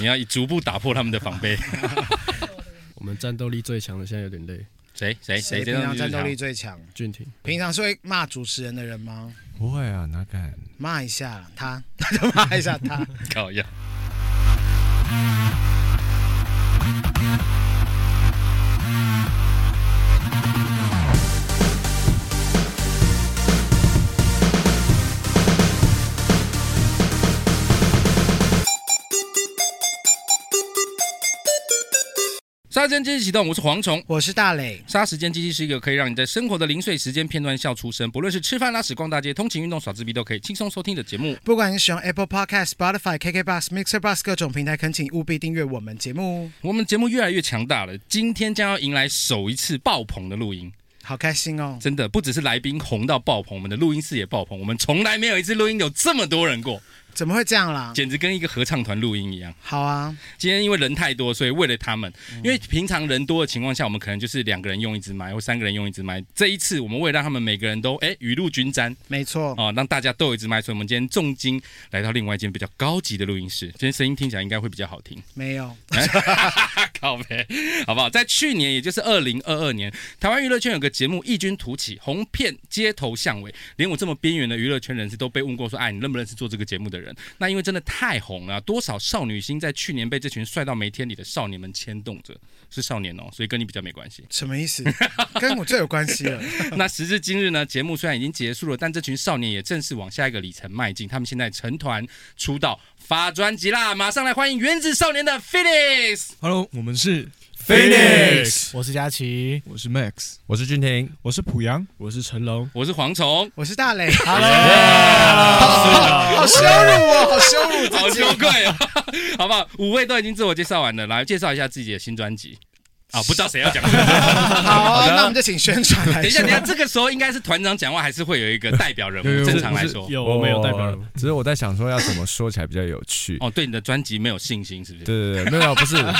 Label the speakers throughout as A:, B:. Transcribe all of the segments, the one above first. A: 你要逐步打破他们的防 备。
B: 我们战斗力最强的现在有点累，
A: 谁谁谁
C: 平
A: 这样
C: 常
A: 子
C: 啊战斗力最强？
B: 俊廷。
C: 平常是会骂主持人的人吗？
D: 不会啊，哪敢？
C: 骂一下他，就骂一下他。
A: 高呀？杀时间机器启动，我是蝗虫。
C: 我是大磊，
A: 杀时间机器是一个可以让你在生活的零碎时间片段笑出声，不论是吃饭、拉屎、逛大街、通勤、运动、耍自闭，都可以轻松收听的节目。
C: 不管你使用 Apple Podcast、Spotify、KK Bus、Mixer Bus 各种平台，恳请务必订阅我们节目，
A: 我们节目越来越强大了，今天将要迎来首一次爆棚的录音，
C: 好开心哦！
A: 真的不只是来宾红到爆棚，我们的录音室也爆棚，我们从来没有一次录音有这么多人过，
C: 怎么会这样啦？
A: 简直跟一个合唱团录音一样。
C: 好啊，
A: 今天因为人太多，所以为了他们，因为平常人多的情况下，我们可能就是两个人用一支麦或三个人用一支麦，这一次我们为了让他们每个人都哎雨露均沾
C: 没错，
A: 哦，让大家都有一支麦，所以我们今天重金来到另外一间比较高级的录音室，今天声音听起来应该会比较好听。
C: 没有，。
A: 靠呗，好不好？在去年，也就是二零二二年，台湾娱乐圈有个节目异军突起，红遍街头巷尾，连我这么边缘的娱乐圈人士都被问过说：“哎，你认不认识做这个节目的人？”那因为真的太红了，多少少女心在去年被这群帅到没天理的少年们牵动着，是少年哦，所以跟你比较没关系
C: 什么意思？跟我最有关系了。
A: 那时至今日呢，节目虽然已经结束了，但这群少年也正式往下一个里程迈进，他们现在成团出道。发专辑啦！马上来欢迎原子少年的 Felix。
D: Hello，我们是
E: Phoenix 我是佳琪。
D: 我是 Max，
F: 我是俊廷，
D: 我是濮阳，我是成龙。
A: 我是蝗虫，
C: 我是大磊，
D: 好羞辱我，好羞辱！
A: 好羞愧 啊，好不好？五位都已经自我介绍完了，来介绍一下自己的新专辑啊！不知道谁要讲，
C: 好哦，那我们就请宣传来
A: 等一下，
C: 说
A: 等一。下，这个时候应该是团长讲话，还是会有一个代表人
D: 有有
A: 物？正常来说，
B: 有我没有代表人物？
F: 哦只是我在想说要怎么说起来比较有趣。
A: 哦，对你的专辑没有信心，是不是？
F: 对对对，没有不是。哦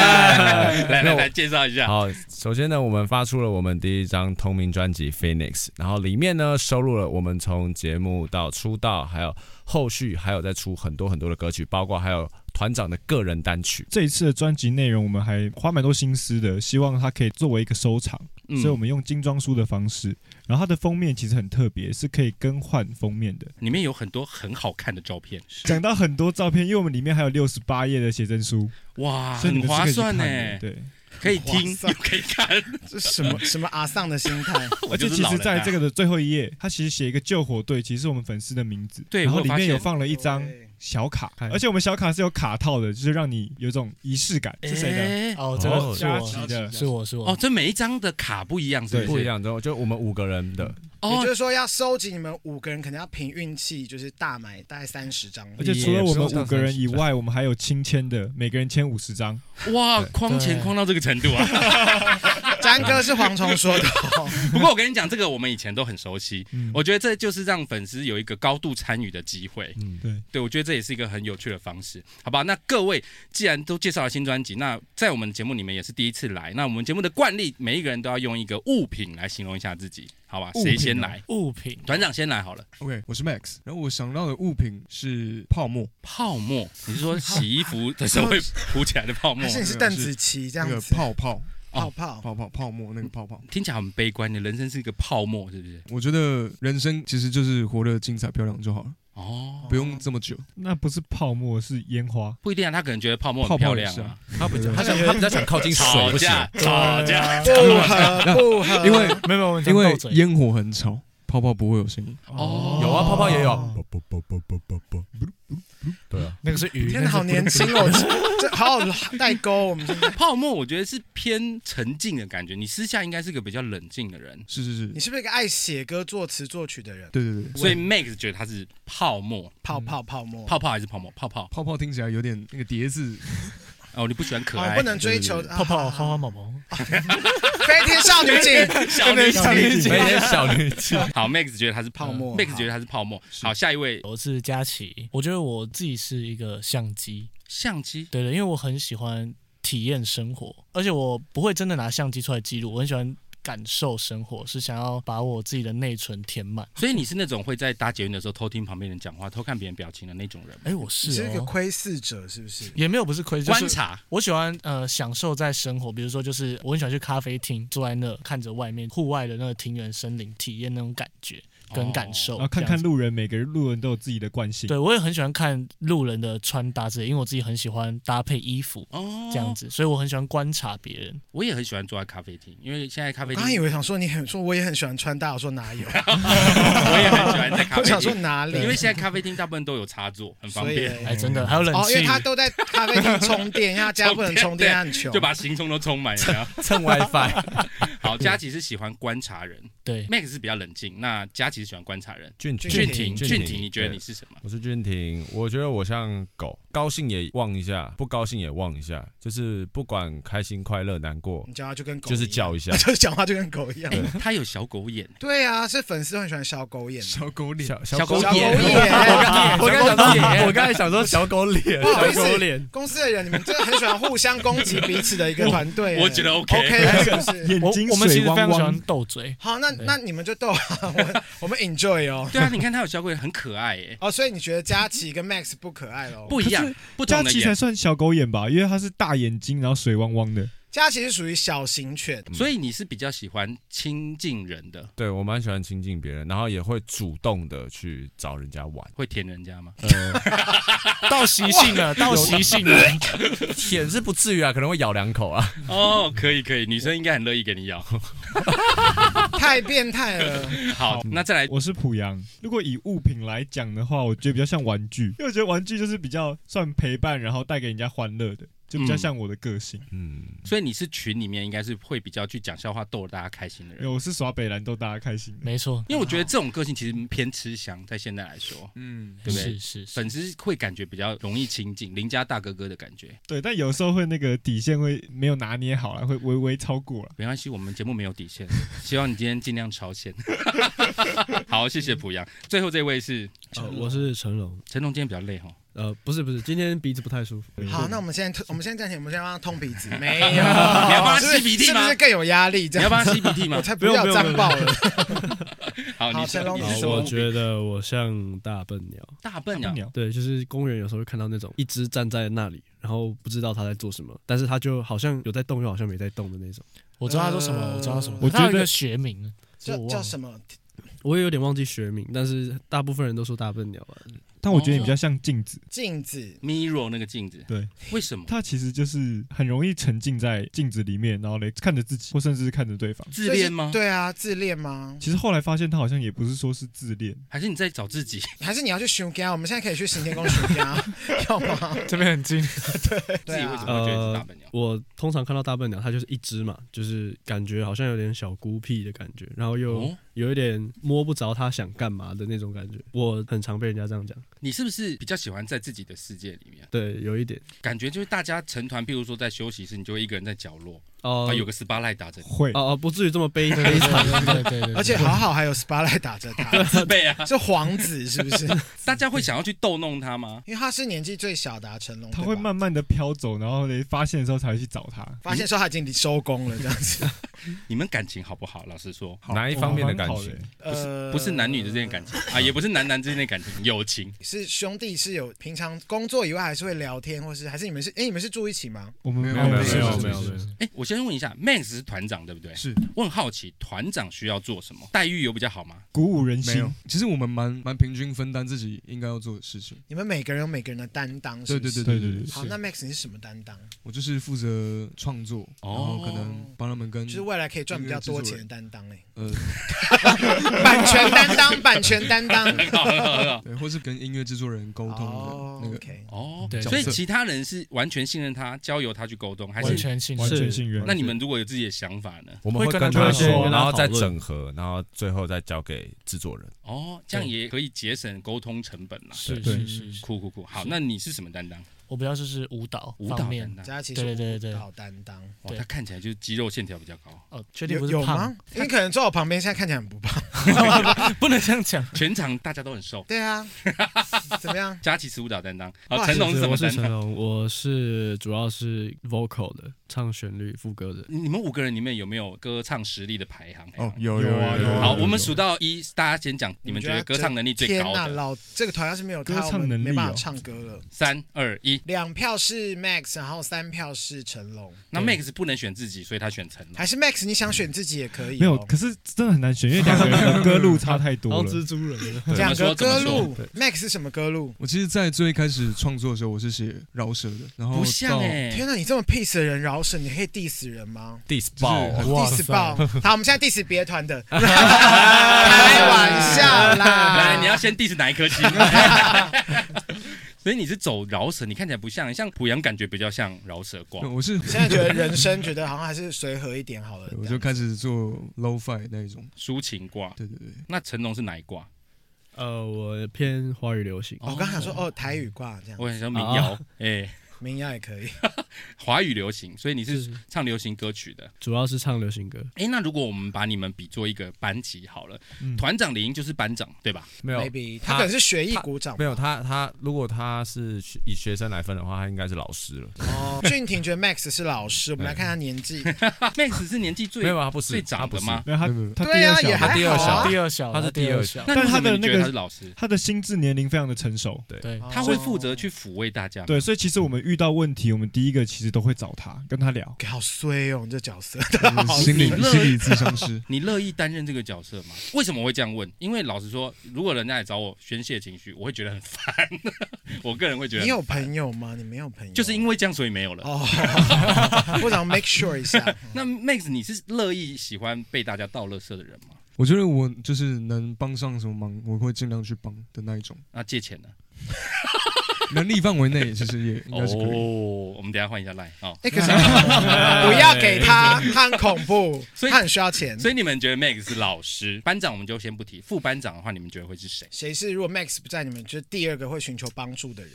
D: 哎
A: 来来来，介绍一下，
F: 好，首先呢，我们发出了我们第一张同名专辑《Phoenix》，然后里面呢收录了我们从节目到出道，还有后续还有再出很多很多的歌曲，包括还有团长的个人单曲。
D: 这一次的专辑内容，我们还花蛮多心思的，希望它可以作为一个收藏，所以我
A: 嗯，
D: 们用精装书的方式。然后它的封面其实很特别，是可以更换封面的。
A: 里面有很多很好看的照片，
D: 讲到很多照片，因为我们里面还有六十八页的写真书，
A: 哇，
D: 所以你
A: 啊很
D: 们
A: 划
D: 是可以去
A: 算欸
D: 看
A: 呢，
D: 的。对，
A: 可以听
C: 划算
A: 又 可以看，
C: 这什么什么阿丧的心态？
A: 我
D: 而
A: 就
D: 且
A: 是
D: 其
A: 老
D: 实，
A: 人啊
D: 在这个的最后一页，它其实写一个救火队，其实是我们粉丝的名字。
A: 对
D: 然
A: 我
D: 后
A: 有
D: 里
A: 发
D: 面有
A: 现
D: 放了一张小卡，
F: 哎
D: 而且我们小卡是有卡套的，就是让你有一种仪式感。是谁的？
A: 哎
E: 哦，这个是
D: 佳
E: 我，
D: 琪的。
E: 是我是
A: 哦
E: 我，。
A: 这每一张的卡不一样，是
F: 不
A: 不
F: 一
A: 是？
F: 样，哦就就我们五个人的，
C: 也
A: 哦
C: 就，是说，要收集你们五个人，可能要凭运气，就是大买大概三十张。
D: 而且除了我们五个人以外，我们还有亲签的，每个人签五十张。
A: 哇，
F: 对
A: 框钱框到这个程度啊！
C: 詹哥是蝗虫说的哦，
A: 不过我跟你讲，这个我们以前都很熟悉，
D: 嗯
A: 我觉得这就是让粉丝有一个高度参与的机会。
F: 嗯，
D: 对，
A: 对，我觉得这也是一个很有趣的方式，好吧？那各位既然都介绍了新专辑，那在我们节目里面也是第一次来，那我们节目的惯例，每一个人都要用一个物品来形容一下自己，好吧？
D: 物品
A: 谁
D: 啊
A: 先来？
E: 物品
A: 团长先来好了。
G: OK，我是 Max，然后我想到的物品是泡沫，
A: 泡沫， 你是说洗衣服的时候会浮起来的泡沫
C: 还？是你是邓紫棋这
G: 那
C: 样
G: 个
C: 子？
G: 泡泡
A: 哦
C: 泡泡，
G: 泡泡泡沫那个泡泡。
A: 听起来很悲观，你人生是一个泡沫，是不是？
G: 我觉得人生其实就是活得精彩漂亮就好了，
A: 哦，
G: 不用这么久。
D: 那不是泡沫，是烟花。
A: 不一定啊，他可能觉得泡沫很漂亮
G: 泡泡也是
A: 啊。
F: 他比较他想他比较想靠近水，
A: 吵
F: 不行，
A: 架，吵架，
C: 不合不合，
G: 因为
E: 没有没有，我们
G: 因为
E: 斗嘴
G: 烟火很吵，泡泡不会有声音。
A: 哦
F: 有啊，泡泡也有，不不不不不不，对啊，
E: 那个是鱼，
C: 天
E: 哪，
C: 哪，好年轻哦，这这好好代沟。我们现在，
A: 泡沫，我觉得是偏沉静的感觉。你私下应该是个比较冷静的人，
G: 是是
C: 你
G: 是，
C: 是不是一个爱写歌、作词、作曲的人？
G: 对对对。
A: 所以 Max 觉得他是泡沫，
C: 泡泡泡沫，
A: 泡泡还是泡沫？泡泡
G: 泡泡听起来有点那个叠字，
A: 哦，你不喜欢可
C: 哦
A: 爱，
C: 不能追求
E: 泡泡花
C: 啊
E: 花毛毛，
C: 飞天少女 警。
A: 小女
D: 女
F: 每天小女警，
A: 好，Max 觉得他是泡
C: 泡沫
A: ，Max
C: 好
A: 觉得他是泡沫。好，下一位
E: 我是佳琪。我觉得我自己是一个相机，
A: 相机，
E: 对的，因为我很喜欢体验生活，而且我不会真的拿相机出来记录，我很喜欢。感受生活，是想要把我自己的内存填满。
A: 所以你是那种会在搭捷运的时候偷听旁边人讲话、偷看别人表情的那种人吗，
E: 哎，我
C: 你
E: 是
C: 是一个
E: 哦，
C: 窥视者，是 不是？
E: 也没有不是亏，就
A: 观
E: 是
A: 察。
E: 我喜欢呃享受在生活，比如说就是我很喜欢去咖啡厅，坐在那看着外面户外的那个庭园森林，体验那种感觉跟感受，
D: 然后看
E: 这样
D: 看
E: 子。
D: 路人，每个路人都有自己的惯性。
E: 对，我也很喜欢看路人的穿搭之类，因为我自己很喜欢搭配衣服
A: 哦
E: 这样子，所以我很喜欢观察别人。
A: 我也很喜欢坐在咖啡厅，因为现在咖啡
C: 我
A: 厅
C: 刚刚以为想说你很说我也很喜欢穿搭，我说哪有？
A: 我也很喜欢在咖
C: 我
A: 啡
C: 想说
A: 厅，
C: 哪里？
A: 因为现在咖啡厅大部分都有插座，很方
C: 所以
A: 便，
E: 哎，
C: 嘞
E: 真的还有冷
C: 哦，因为
E: 气，
C: 他都在 咖啡厅充电，因为他家不能充电，他很穷。
A: 就把行充都充满。有没有
F: 蹭 WiFi。
A: 好，佳琪是喜欢观察人
E: 对，
A: ，Max 是比较冷静，那佳琪是喜欢观察人。
F: 俊
A: 俊
C: 俊
A: 廷，
C: 廷
A: 俊廷，你觉得
F: 对
A: 你是什么？
F: 我是俊廷，我觉得我像狗，高兴也望一下，不高兴也望一下，就是不管开心、快乐、难过
C: 你，讲话就跟狗
F: 就是
C: 一样。
F: 叫一下
C: 就是讲话就跟狗一样。
A: 哎他有小狗眼，
C: 对啊，是粉丝都很喜欢小狗眼。
G: 小狗脸，
F: 小
A: 小狗
F: 狗
C: 小狗
A: 眼
C: 眼，
F: 我刚才想说，我刚才想说小 狗脸，
C: 不好意
F: 小
C: 思
F: 狗脸。
C: 公司的人，你们真的很喜欢互相攻击彼此的一个团队。
A: 我我觉得 OK
C: OK 的是不 是？
D: 眼
E: 我
D: 睛
E: 我们其
D: 水
E: 实
D: 汪
E: 非常喜欢
D: 汪，
E: 斗嘴，
C: 好，那那你们就逗啊，我我们 enjoy 哦。
A: 对啊，你看他有小狗眼，很可爱哎，
C: 哦，所以你觉得佳琪跟 Max 不可爱喽？
A: 不一样
D: 可，
A: 不同
D: 佳
A: 的
D: 琪才
A: 眼。
D: 算小狗眼吧，因为他是大眼睛，然后水汪汪的。
C: 佳琪是属于小型犬，
A: 所以你是比较喜欢亲近人的，
F: 对我蛮喜欢亲近别人，然后也会主动的去找人家 玩。
A: 会舔人家吗？
E: 到习性了，到习性了。
F: 舔是不至于啊，可能会咬两口啊。
A: 哦，可以可以，女生应该很乐意给你 咬。
C: 太变态了。
A: 好，那
F: 哎
A: 再来
D: 我是濮阳。如果以物品来讲的话，我觉得比较像玩具，因为我觉得玩具就是比较算陪伴，然后带给人家欢乐的，就比较像我的个性。
F: 嗯，
A: 所以你是群里面应该是会比较去讲笑话逗大家开心的
D: 因为
A: 人，
D: 我是耍北兰逗大家开心的。
E: 没错，
A: 因为我觉得这种个性其实偏吃香，在现在来说，
G: 嗯，
A: 对不对
E: 是是是，
A: 粉丝会感觉比较容易亲近，邻家大哥哥的感觉。
D: 对，但有时候会那个底线会没有拿捏好了，会微微超过了。
A: 没关系，我们节目没有底 线，希望你今天尽量超 限。好，谢谢濮阳。最后这位是
B: 呃，我是成龙。
A: 陈龙，今天比较累哈。
B: 呃，不是不是，今天鼻子不太舒服。
C: 好，那我们现在我们现在暂停，我们先帮他通鼻子， 没有？
A: 嗯你要帮他
C: 是不是
A: 吸鼻涕
C: 是不
A: 吗
C: 是？更有压力？这
A: 你要
C: 样
A: 帮他吸鼻涕 吗
C: 我？才不
B: 不用
C: 要
B: 不用
C: 脏爆了。
A: 好，
C: 好
A: 你是
C: 成龙
A: 你
C: 你
A: 是
C: 是
A: 什
B: 好
A: 么
B: 我
A: 物品？
B: 觉得我像大笨鸟。
A: 大笨鸟。
D: 鸟，
B: 对，就是公园有时候会看到那种一只站在那里，然后不知道它在做什么，但是它就好像有在动，又好像没在动的那种。
E: 我知道他说什么，我知道他什么，
D: 我觉得
E: 他有一个学名，
C: 叫
E: 我忘
C: 叫
E: 了
C: 什么？
B: 我也有点忘记学名，但是大部分人都说大笨鸟啊。
D: 但我觉得你比较像镜子，
C: 镜子
A: Mirror 那个镜子，
D: 对，
A: 为什么
D: 它其实就是很容易沉浸在镜子里面，然后嘞看着自己，或甚至是看着对方。
A: 自恋吗？
C: 对啊，自恋吗？
D: 其实后来发现，他好像也不是说是自恋，
A: 还是你在找自己？
C: 还是你要去寻家？我们现在可以去行天宫寻家， 要吗？
E: 这边很近，
A: 自
C: 对
A: 己为什
C: 啊，
A: 么会觉得你是大笨鸟？
B: 我通常看到大笨鸟，它就是一只嘛，就是感觉好像有点小孤僻的感觉，然后又
A: 哦，
B: 有一点摸不着它想干嘛的那种感觉。我很常被人家这样讲，
A: 你是不是比较喜欢在自己的世界里面？
B: 对，有一点
A: 感觉就是大家成团，譬如说在休息室，你就会一个人在角落，
B: 哦
A: 啊，，有个 spotlight 打 着你，
D: 会
B: 哦哦，不至于这么悲
E: 对
B: 悲
E: 对
B: 惨。
E: 对对对对，
C: 而且好好还有 SPA 来打着 他，
A: 自卑啊，
C: 是皇子是不是？
A: 大家会想要去逗弄他吗？
C: 因为他是年纪最小的啊成龙，
D: 他
C: 对
D: 会
C: 吧
D: 慢慢的飘走，然后嘞发现的时候才会去找他。
C: 发现说他已经收工了这样子。
A: 你们感情好不好？老实说，
F: 哪一方面的感
D: 哇蛮好
F: 情？
C: 呃
A: 不是男女之间的感情啊，也不是男男之间的感情，友情。
C: 是兄弟，是有平常工作以外还是会聊天，或是还是你们是哎、你们是住一起吗？
D: 我们
G: 没有
F: 没有
D: 是
F: 没有
D: 是
F: 没有
D: 是
F: 没有
A: 哎，我先问一下，Max 是团长对不对？
G: 是
A: 我很好奇，团长需要做什么？待遇有比较好 吗？
D: 鼓舞人
G: 没有
D: 心。。
G: 其实我们蛮蛮平均分担自己应该要做的事情。
C: 你们每个人有每个人的担当，是
G: 对
C: 不
G: 对
C: 是
G: 对
D: 对
G: 对嗯
D: 对
C: 好，那 Max 你是什么担当？
G: 我就是负责创作，然后可能帮他们跟
C: 就是未来可以赚比较多钱的担当哎、
G: 呃，
C: 版权担当，版权担当。
A: 好很好很好
G: 对，或是跟音乐制作人沟通的那
C: o
G: 个。
C: k
A: 哦，
E: 对
A: 所以
G: 角色
A: 其他人是完全信任他，交由他去沟通，还
E: 完
A: 是
E: 全信
D: 完
E: 任。
D: 全信任。
A: 那你们如果有自己的想法呢？
F: 我们会
E: 会跟
F: 跟
E: 他讨
F: 他
E: 论
F: 说，
B: 跟他
F: 然后再
B: 讨论
F: 整合，然后最后再交给制作人。
A: 哦，这样也可以节省沟通成本啦。
E: 是
D: 对
E: 是是是，
A: 酷酷酷，好，那你是什么担当？
E: 我比较就是舞蹈
A: 舞蹈
E: 方面
A: 担，当。
C: 佳琪
E: 对对
C: 是
E: 对对，
C: 好担当，
A: 哇，
E: 对
A: 他看起来就是肌肉线条比较高，
E: 哦，确定
C: 有
E: 不是
C: 有
E: 胖
C: 吗，？ 因为可能坐我旁边，现在看起来很不胖。
E: 不能这样讲。
A: 全场大家都很 瘦。
C: 对啊，怎么样？
A: 佳琪是舞蹈担当，
C: 哇
A: 好，成龙是什
B: 我
A: 么
B: 是
A: 担
B: 成
A: 当？
B: 龙，我是主要是 vocal 的，唱旋律、副歌的。
A: 你们五个人里面有没有歌唱实力的排行？哎
G: 哦，有有
D: 有啊有啊
A: 好，我们数到一，大家先讲，你们觉得歌唱能力最高
C: 天哪，
A: 的？
C: 老这个团要是没有他，
D: 歌唱
C: 我们
D: 能力
C: 没
D: 哦
C: 办法唱歌了。
A: 三二一，
C: 两票是 Max，然后三票是成龙，
A: 那 Max 不能选自己，所以他选成龙。
C: 还是 Max？你想选自己也可以、
D: 没有，
C: 哦。
D: 可是真的很难选，因为两个人的歌路差太多
B: 当
D: 了。
B: 蜘蛛人，
A: 怎
C: 两
A: 么
C: 个
A: 说？怎
C: 歌
A: 么说？
C: 路，Max 是什么歌路？
G: 我其实，在最开始创作的时候，我是写饶舌的，然后
A: 不像
G: 到
A: 哎、
C: 天哪，你这么 peace 的人，饶舌，你可以 diss 人吗
F: ，dis
G: 是
F: 爆哦，
E: 哇
C: ？diss
E: 塞
C: 爆！好，我们现在 diss 别团的，开玩笑啦。
A: 来，哎你要先 diss 哪一颗星？所以你是走饶舌，你看起来不像，像濮阳感觉比较像饶舌挂
G: 没有。我是
C: 现在 觉得人生觉得好像还是随和一点好了。
G: 我就开始做 low fi 那一种，
A: 抒情挂。
G: 对对 对，
A: 那成龙是哪一挂？
B: 呃，我偏华语流行，
C: 我刚想说哦，台语挂这样，
A: 我很想民谣，哎、
C: 民谣也可以。
A: 华语流行，所以你是
B: 是
A: 唱流行歌曲的。
B: 主要是唱流行歌。
A: 哎、那如果我们把你们比作一个班级好了，团长李英就是班长，对吧？
F: 没有
C: maybe 他可能是学艺鼓掌
F: 没有他他如果他是学以学生来分的话，他应该是老师了，
C: 哦。俊廷觉得 Max 是老师，我们来看他年纪。
A: Max 是年纪最
F: 没有啊他不是
A: 最长的吗？？
D: 没有他
G: 没有没有
D: 他第
C: 对啊
D: 二
C: 也还
D: 小
C: 好
D: 孩，
F: 他第二小
C: 啊
E: 第二小，
F: 他是
E: 第
F: 第二
E: 小，
A: 那
D: 但
A: 你
D: 他
A: 怎
D: 的
A: 么你
D: 那
A: 觉得
D: 个
A: 他是老师，
D: 他的心智年龄非常的成熟。
E: 对，
A: 他会负责去抚慰大家吗。
D: 对，所以其实我们遇到问题，我们第一个其实都会找他，跟他聊。
C: 好衰哦，你这角色。
G: 心理
A: 你乐，
G: 心理咨商师
A: 你乐意担任这个角色吗？为什么会这样问？因为老实说，如果人家来找我宣泄情绪，我会觉得很烦。 我个人会觉得
C: 你
A: 很
C: 有
A: 烦，
C: 朋友吗？你没有朋友，
A: 就是因为这样，所以没有了。
C: 哦， 我想 make sure 一下。
A: 那 Max，你是乐意喜欢被大家倒垃圾的人吗？
G: 我觉得我就是能帮上什么忙，我会尽量去帮的那一种，
A: 那啊借钱呢？
G: 能力范围内其实也 应该是可以。
A: 哦，我们等一下换一下 line 哦。
C: 哎，可是不要给他，他很恐怖，
A: 所以
C: 他很需要钱。
A: 所以你们觉得 Max 是老师，班长我们就先不提，副班长的话，你们觉得会是谁？
C: 谁是如果 Max 不在，你们就是第二个会寻求帮助的人？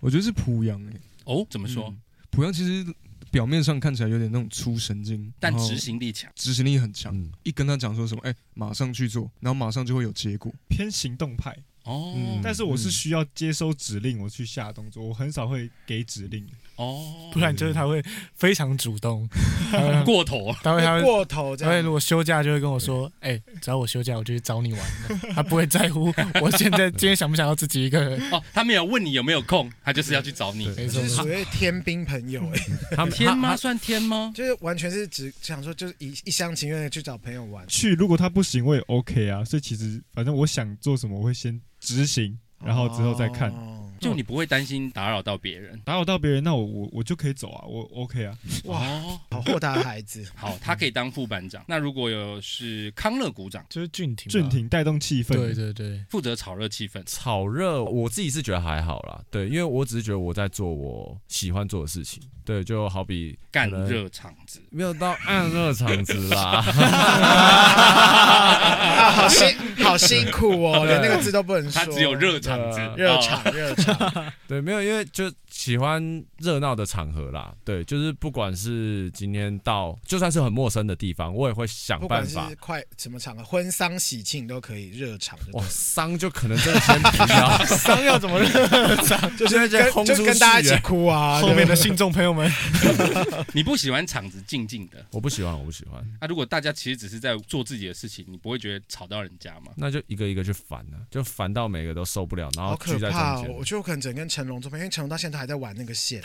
G: 我觉得是濮阳诶，
A: 哦，怎么说？
G: 嗯濮阳其实表面上看起来有点那种粗神经，
A: 但
G: 然后
A: 执行力强，
G: 执行力很强，
F: 嗯，
G: 一跟他讲说什么，哎、马上去做，然后马上就会有结果。
D: 偏行动派，
A: 哦、
G: 嗯
D: 但是我是需要接收指令，我去下动作，我很少会给指令。
A: 哦，
E: 不然就是他会非常主动，他会
A: 过头，
E: 他会他会
C: 过头这
E: 他会
C: 样
E: 如。果休假就会跟我说，哎、只要我休假，我就去找你玩。 他不会在乎 我现在今天想不想要自己一个人。
A: 哦，他没有问你有没有空，他就是要去找你。
E: 没错
C: 就，是所谓天兵朋友、哎，
F: 他们
A: 天吗？
F: 他
A: 算天吗？
C: 就是完全是只想说，就是一一厢情愿的去找朋友玩。
D: 去，如果他不行，我也 OK 啊。所以其实反正我想做什么，我会先执行，然后之后再看。
C: 哦
A: 就你不会担心打扰到别人。
D: 打扰到别人，那我我我就可以走啊，我 OK 啊。
C: 哇，
A: 哦，
C: 好豁达的孩子，
A: 好，他可以当副班长。那如果有是康乐股长，
E: 就是俊廷，
D: 俊，廷带动气氛，
E: 对对对，
A: 负责炒热气氛。
F: 炒热，我自己是觉得还好啦，对，因为我只是觉得我在做我喜欢做的事情，对，就好比
A: 干
F: 可能
A: 热场子，
F: 没有到暗热场子啦，
C: 啊，好辛好辛苦哦，连那个字都不能说。
A: 他只有热场子
F: 对
C: 热
F: 啊，
A: 哦。
C: 场热场，
F: 对，没有，因为就喜欢热闹的场合啦。对，就是不管是今天到，就算是很陌生的地方，我也会想
C: 不
F: 办
C: 管
F: 法
C: 是。快什么场合，婚丧喜庆都可以热场，
F: 哇，伤就可能真的先不 要，
E: 伤要怎么 热场？
C: 就
F: 就是
C: 是
F: 这样
C: 跟
F: 轰
C: 就
F: 出
C: 跟大
F: 去
C: 家一
F: 欸
C: 起哭啊。
E: 后面的
C: 对
E: 信众朋友 们，
A: 哦你不喜欢场子静静的，啊
F: 我不喜欢，我不喜欢，
A: 那、如果大家其实只是在做自己的事情，你不会觉得吵到人家吗？
F: 那就一个一个去烦了、就烦到每个都受不了，然
C: 好
F: 后
C: 可
F: 聚在
C: 怕
F: 中
C: 哦！我
F: 间。
C: 觉得我可能只能跟成龙做朋友，因为成龙到现在都还在玩那个线，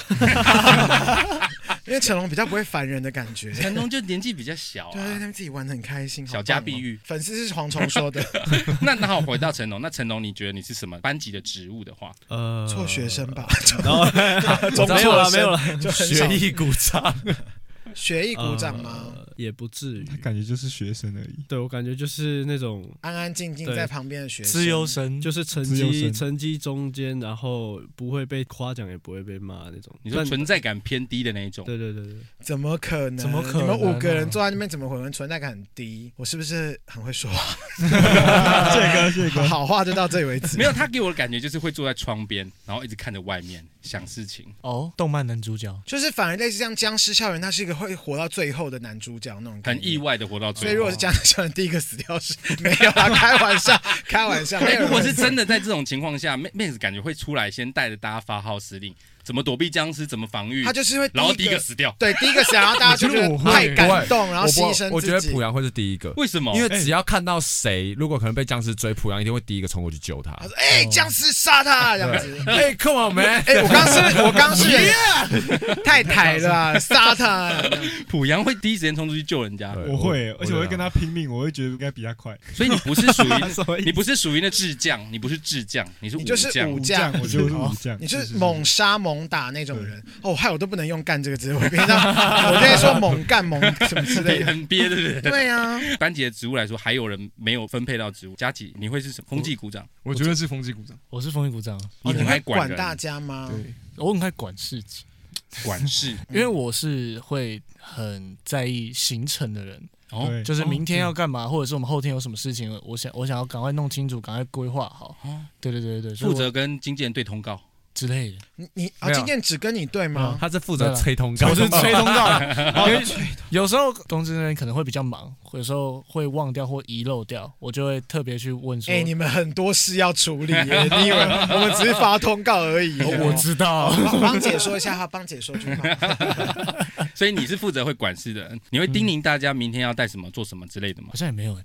C: 因为成龙比较不会烦人的感觉。对
A: 成龙就年纪比较小
C: 对，对他
A: 啊。
C: 们自己玩的很开心，
A: 小家
C: 好棒哦
A: 碧玉
C: 粉丝是蝗虫说的，
A: 那那好，回到成龙，那成龙，你觉得你是什么班级的职务的话，
B: 呃，
C: 错学生吧，
B: 然后
C: 总
B: 没有
C: 错
B: 了，
C: 生
B: 没有了，
C: 就很少
F: 学艺鼓掌，
C: 学艺鼓掌吗？
B: 呃也不至于
D: 他。感觉就是学生而已。
B: 对我感觉就是那种，
C: 安安静静
B: 对
C: 在旁边的学
E: 资优
C: 生，
E: 生
B: 就
E: 就
B: 是成
D: 嗯自由
B: 绩
D: 神
B: 成绩中间，然后不会被夸奖，也不会被骂那种。
A: 你说
B: 但
A: 存在感偏低的那一种，
B: 对对对对，
C: 怎么可能？
E: 怎么可能
C: 你们五个人
E: 啊
C: 坐在那边，怎么可能存在感很低？我是不是很会说话？
D: 谢哥，谢哥，
C: 好话就到这里为止。
A: 没有，他给我的感觉就是会坐在窗边，然后一直看着外面想事情。
E: 哦，动漫男主角，
C: 就是反而类似像《僵尸校园》，他是一个会活到最后的男主角那种感
A: 很
C: 觉。
A: 意外的活到最后。
C: 所以如果是《僵尸校园》第一个死掉是没有啦，开玩笑， 开玩笑。没有
A: 哎
C: 人
A: 如果是真的在这种情况下，妹妹子感觉会出来先带着大家发号施令，怎么躲避僵尸，怎么防御
C: 他，就是会
A: 然后第
C: 第
A: 一个死掉。
C: 对第一个想，然后大家 就觉得太感动，然后
F: 我
C: 牺牲
F: 不
C: 自己。
F: 我觉得濮阳会是第一个，
A: 为什么？哎
F: 因为只要看到谁，如果可能被僵尸追，濮阳一定会第一个冲过去救他
C: 他。说：“哎、僵尸杀他！”这样子。
F: 哎、c o m e on man！
C: 哎、我刚是不是我刚是太抬了啊，杀他！
A: 濮阳会第一时间冲出去救人家，
F: 对
D: 我会，而且我会跟
F: 他。
D: 他拼命，我会觉得应该比他快。
A: 所以你不是属
D: 什么意
A: 于
D: 思
A: 你不是属于那智将，你不是智将，你是武
C: 你就是
A: 将。
C: 武
D: 武
C: 将
D: 将，我觉得我是武将，
C: 你就是猛杀猛打那种人哦，害我都不能用“干”这个字，我平常我在说猛干猛什么之类
A: 憋
C: 的。
A: 很憋，对 不对？
C: 对啊，
A: 班级的植物来说，还有人没有分配到植物。佳琪，你会是什么？风纪股长，
G: 我觉得是风纪鼓掌。
E: 我是风雨鼓掌，
A: 你
C: 哦
A: 很爱
C: 会
A: 管人
C: 大家吗？
G: 对，
E: 我很爱管事情，
A: 管事。
E: 因为我是会很在意行程的人，
A: 哦
D: 对
E: 就是明天要干嘛，或者是我们后天有什么事情，我想我想要赶快弄清楚，赶快规划好。
A: 哦
E: 对对对对，所以
A: 负
E: 我
A: 责跟经纪人对通告，
E: 之类的。
C: 你你啊，
F: 没有嗯
C: 今天只跟你嗯对吗？
F: 他是负责催通告，
E: 我是吹通告的，因为有时候公司那边可能会比较忙，有时候会忘掉或遗漏掉，我就会特别去问说
C: 哎、。你们很多事要处理耶，你以为我们只是发通告而已？
E: 哦 我知道，
C: 帮帮姐说一下哈，帮姐说句话。
A: 所以你是负责会管事的人，你会叮咛大家明天要带什么、做什么之类的吗
E: 好？像也没有哎、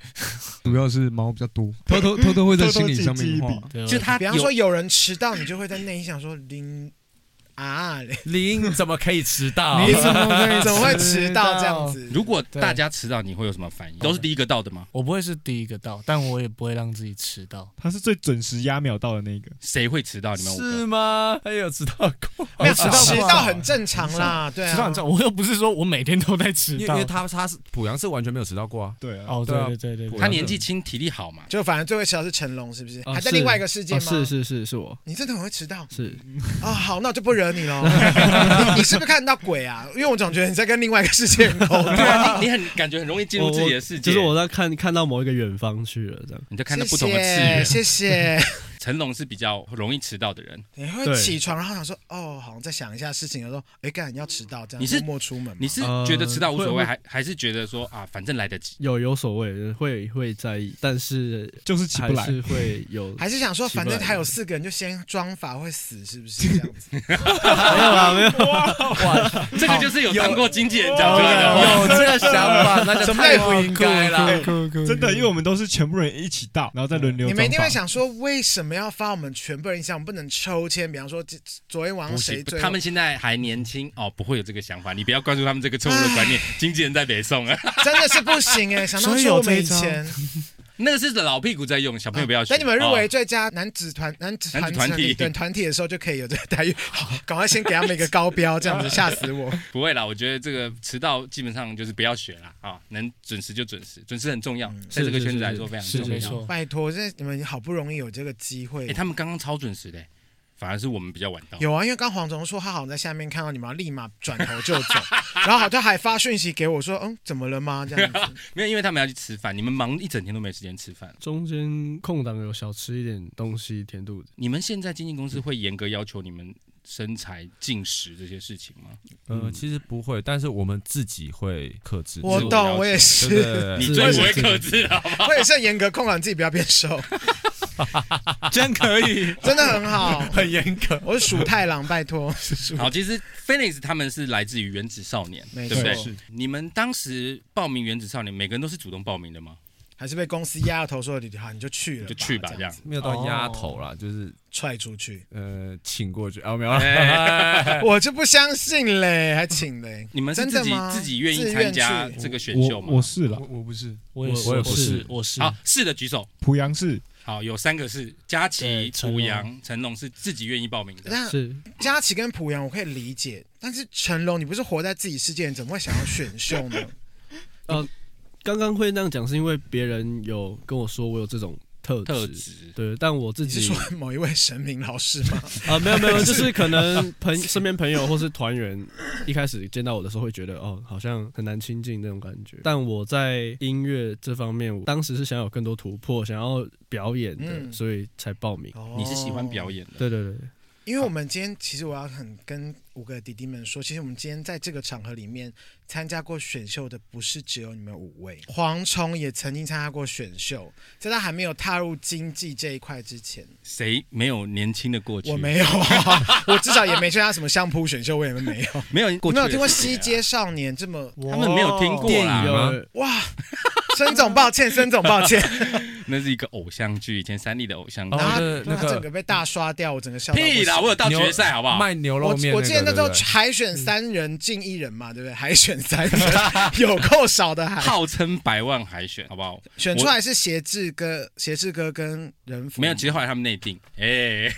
G: 主要是毛比较多， 偷偷偷偷会在心里上面
D: 偷偷记记
G: 画。
E: 对，
A: 就是他
C: 比方说
A: 有
C: 有人迟到，你就会在内心想说零啊， 你
F: 林怎么可以 迟到？啊
C: 怎么会怎么会迟到这样子？
A: 如果大家迟到，你会有什么反应？都是第一个到的吗？
E: 我不会是第一个到，但我也不会让自己迟到。
D: 他是最准时压秒到的那个。
A: 谁会迟到？你们五个
F: 是吗？他有迟到过，
C: 没有迟
E: 迟到
C: 迟
E: 过
C: 到很正常啦，对
E: 迟到
C: 啊
E: 你知。道，我又不是说我每天都在迟
F: 因为因
E: 到
F: 为。他他是濮阳是完全没有迟到过啊。
D: 对啊，
E: 哦，对
F: 对啊
E: 对对对对，
A: 他年纪轻，体力 好嘛？
C: 就反正最会迟到是成龙，是不是？
B: 哦
C: 还在
B: 是
C: 另外一个世界
B: 哦
C: 吗？
B: 是是是是我
C: 你真的很会迟到
B: 是
C: 啊！好，那我就不惹 你喽。你你是不是看到鬼啊？因为我总觉得你在跟另外一个世界沟通。
A: 对啊，你你很感觉很容易进入
B: 我
A: 自己的世界，
B: 就是我在看看到某一个远方去了这样。
A: 你在看到
C: 谢
A: 不同的次元
C: 谢，。谢谢。
A: 成龙是比较容易迟到的人，
C: 你会
B: 对
C: 起床，然后想说，哦，好像在想一下事情，然后说，哎，干，你要迟到，这样
A: 你是
C: 默默出门吗。
A: 你是
B: 呃
A: 觉得迟到无所谓，
B: 会
A: 还还是觉得说啊，反正来得及。
B: 有有所谓，会会在意，但是
D: 就是起
B: 还
D: 不来。
B: 是会有
C: 还是想说，
B: 奇怪
C: 反正还有四个人，就先装法会死，是不 是这样子？
B: 没有啦，没有
A: 这个就是有当过经纪人讲出来的话。
F: 哦有这个想法，那就
C: 什么
F: 太
C: 也不应该啦
F: 了。
D: 真的，因为我们都是全部人一起到，然后再轮流。
C: 你们一
A: 啊
C: 定会，想说，为什么要发我们全部人想？我们不能抽签，比方说这昨天晚上
A: 不
C: 谁
A: 行，
C: 最
A: 他们现在还年轻哦，不会有这个想法。你不要灌输他们这个错误的观 念。经纪人在北 宋啊，
C: 真的是不行哎、想到
E: 所以
C: 说
E: 有
C: 我们
E: 这
C: 以
E: 一招
C: 前
A: 那个是老屁股在用， 小朋友不要学。
C: 等你们入围
A: 哦
C: 最佳男子团、男子
A: 男
C: 团
A: 子团体
C: 对团体的时候，就可以有这个 待遇。好，赶快先给他们一个高标，这样子吓 死我。
A: 不会啦，我觉得这个迟到基本上就是不要学啦啊，能准时就准时，准时很重要，在这个圈子来说非常
B: 是
A: 重
E: 是
A: 要。
E: 没错，
C: 拜托，这你们好不容易有这个机会
A: 哎，。他们刚刚超准时的，反而是我们比较晚到。
C: 有啊，因为刚黄总说他好像在下面看到你们，立马转头就 走，然后好像还发讯息给我说，嗯，怎么了吗？这 样子，
A: 没有，因为他们要去吃饭，你们忙一整天都没时间吃饭。
B: 中间空档有小吃一点东西填肚子，
A: 你们现在经纪公司会严格要求你们身材、进食这些事情吗？
F: 呃，其实不会，但是我们自己会克制。
C: 我
A: 自我了
C: 懂，
A: 解
C: 我也
F: 对
C: 是，
F: 对
A: 你
F: 对，
A: 最不会克制啊了，好不好？
C: 我也是很严格控管自己，不要变瘦，
E: 这样可 以。
C: 真的很好。
F: 很严格。
C: 我是鼠太郎，拜托。
A: 好，其实 Phoenix 他们是来自于原子少年，
C: 没
A: 对不对
C: 错是？
A: 你们当时报名原子少年，每个人都是主动报名的吗？
C: 还是被公司压到头说你好，你就去了，
A: 就去 吧，
C: 这
A: 这样
C: 子。
F: 没有到压头啦，就是
C: 踹出去，
F: 呃，请过去啊，没有啦。
A: 哎
C: 我就不相信嘞，还请嘞。
A: 你们是
C: 真
A: 自
C: 的
A: 己
C: 吗
A: 自己愿意参加
C: 自愿
A: 这个选秀
D: 我
A: 吗？
D: 我是了
G: 我，我不是，
E: 我也是，
F: 我也
E: 我
F: 不是
E: 是，我是。
A: 好，是的，举手。
D: 濮阳是
A: 好，有三个是佳琪、
E: 对成
A: 濮
E: 龙
A: 阳、成龙是自己愿意报名的。
C: 那
B: 是
C: 佳琪跟濮阳我可以理解，但是成龙，你不是活在自己世界，你怎么会想要选秀 呢？
B: 刚刚会那样讲，是因为别人有跟我说我有这种特
A: 特
B: 质。
A: 质
B: 对，但我自
C: 你是
B: 己
C: 说某一位神明老师 吗？
B: 啊、没有没有，就是可 能朋身边朋友或是团员一开始见到我的时候会觉得哦，好像很难亲近那种感觉。但我在音乐这方面，我当时是想有更多突破，想要表演的，
C: 嗯
B: 所以才报名。
C: 哦
A: 你是喜欢表演的，
B: 哦对对对，
C: 因为我们今天其实我要很跟五个弟弟们说，其实我们今天在这个场合里面参加过选秀的，不是只有你们五位。蝗虫也曾经参加过选秀，在他还没有踏入经济这一块之前，
A: 谁没有年轻的过去？
C: 我没有啊，我至少也没参加什么相扑选秀，我也没有。
A: 没有过
C: 我
A: 去
C: 没
A: 的
C: 有听过《
A: 事情
C: 西
A: 啊
C: 街少年》这么
A: 他们没有听过啦
F: 有吗
C: 哇，孙总抱歉，孙总抱 歉，
A: 那是一个偶像剧，以前三立的偶像剧。
F: 哦
C: 然后
F: 就是那
C: 他
F: 个
C: 整个被大刷掉，我整个笑到不
A: 屁
C: 行
A: 啦，我有到决赛，好不好？
F: 卖牛肉
C: 我
F: 面、那个
C: 我记得那时候
F: 对不对嗯
C: 海选三人进一人嘛，对不对？海选三人 有够少的海，
A: 号称百万海选，好不好？
C: 选出来是协志哥、协志哥跟人福。
A: 没有，其实后来他们内定，哎、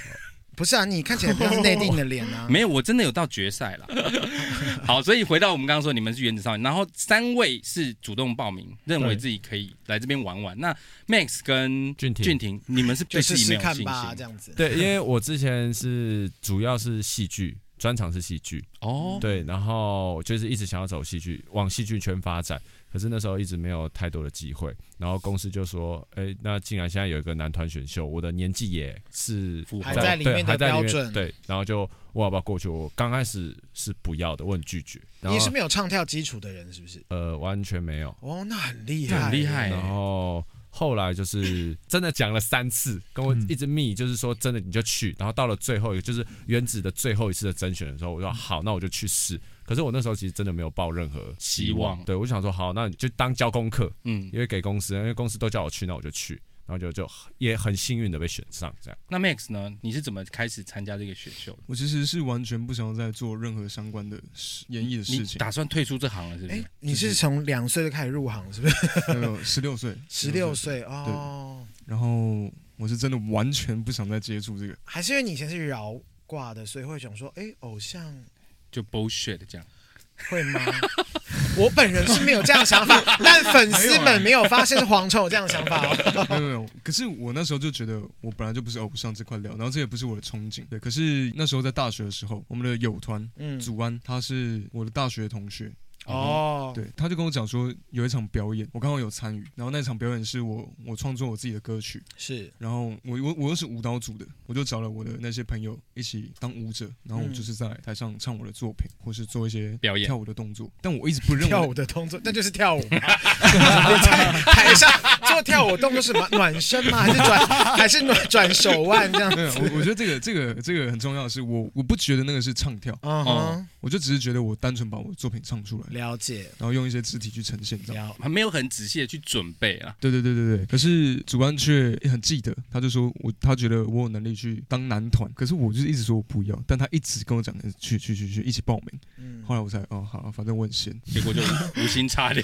C: 不是啊，你看起来不像是内定的脸 啊。
A: 没有，我真的有到决赛了。 好，所以回到我们刚刚说，你们是原子少年，然后三位是主动报名，认为自己可以来这边玩玩。那 Max 跟
F: 俊廷
A: 俊廷，你们是
C: 就
A: 对自
C: 试
A: 己没
C: 试
A: 有信
C: 看
A: 心
C: 吧，这样子。
F: 对，因为我之前是主要是戏剧，专长是戏剧，
A: 哦。
F: 对，然后就是一直想要走戏剧，往戏剧圈发展，可是那时候一直没有太多的机会，然后公司就说，哎，那竟然现在有一个男团选秀，我的年纪也是
A: 符合
F: 在
A: 还在
C: 里面
F: 对
C: 的
F: 还在里面
C: 标准
F: 对，然后就我要不要过去？我刚开始是不要的，我很拒绝，然
C: 你是
F: 后
C: 没有唱跳基础的人，是不是？
F: 呃完全没有，
C: 哦，那很厉
A: 那
C: 害，
A: 很厉害
F: 然后后来就是真的讲了三次，跟我一直密，就是说真的你就去。然后到了最后一个，就是原子的最后一次的甄选的时候，我说好，那我就去试。可是我那时候其实真的没有抱任何希
A: 希望
F: 望，对我就想说好，那你就当交功课，
A: 嗯，
F: 因为给公司，因为公司都叫我去，那我就去。然后就就也很幸运的被选上，这样
A: 那 Max 呢？你是怎么开始参加这个选秀的？
G: 我其实是完全不想要再做任何相关的事演艺的
A: 你
G: 事情。
A: 打算退出这行了，是不
C: 哎
A: 是？，
C: 你是从两岁就开始入行，是不是？
G: 没有，十六 岁，
C: 十六。岁哦，
G: 然后我是真的完全不想再接触这 个。
C: 还是因为你以前是饶挂的，所以会想说，哎，偶像
A: 就 bullshit 这样。
C: 会 吗？我本人是没有这样的想法，但粉丝们没有发现是蝗虫有这样的想法哦。
G: 没有没有，可是我那时候就觉得我本来就不是偶像这块料，然后这也不是我的憧憬。对，可是那时候在大学的时候，我们的友团
C: 嗯，
G: 祖安他是我的大学同学，
C: 哦，
G: 对，他就跟我讲说有一场表演，我刚好有参与，然后那场表演是我我创作我自己的歌曲，
C: 是
G: 然后我我我又是舞蹈组的，我就找了我的那些朋友一起当舞者，然后我
C: 嗯
G: 就是在台上唱我的作品，或是做一些
A: 表演
G: 跳舞的动作，但我一直不认为
C: 跳舞的动作，那就是跳舞嘛。你在台上做跳舞动作是什么？暖身吗？还是转还 是暖转手腕这样
G: 没有，
C: 子？
G: 啊我我觉得这个这个这个很重要的是，我我不觉得那个是唱跳，
C: 嗯哼，
G: 我就只是觉得我单纯把我的作品唱出来，
C: 了解。
G: 然后用一些肢体去呈现这样。
C: 了
A: 还没有很仔细的去准备啊。
G: 对对对对对，可是主办却也很记得，他就说我他觉得我有能力去当男团，可是我就是一直说我不要，但他一直跟我讲呃去去去去一起报名，
C: 嗯，
G: 后来我才哦好，反正我很闲，
A: 结果就无心插柳。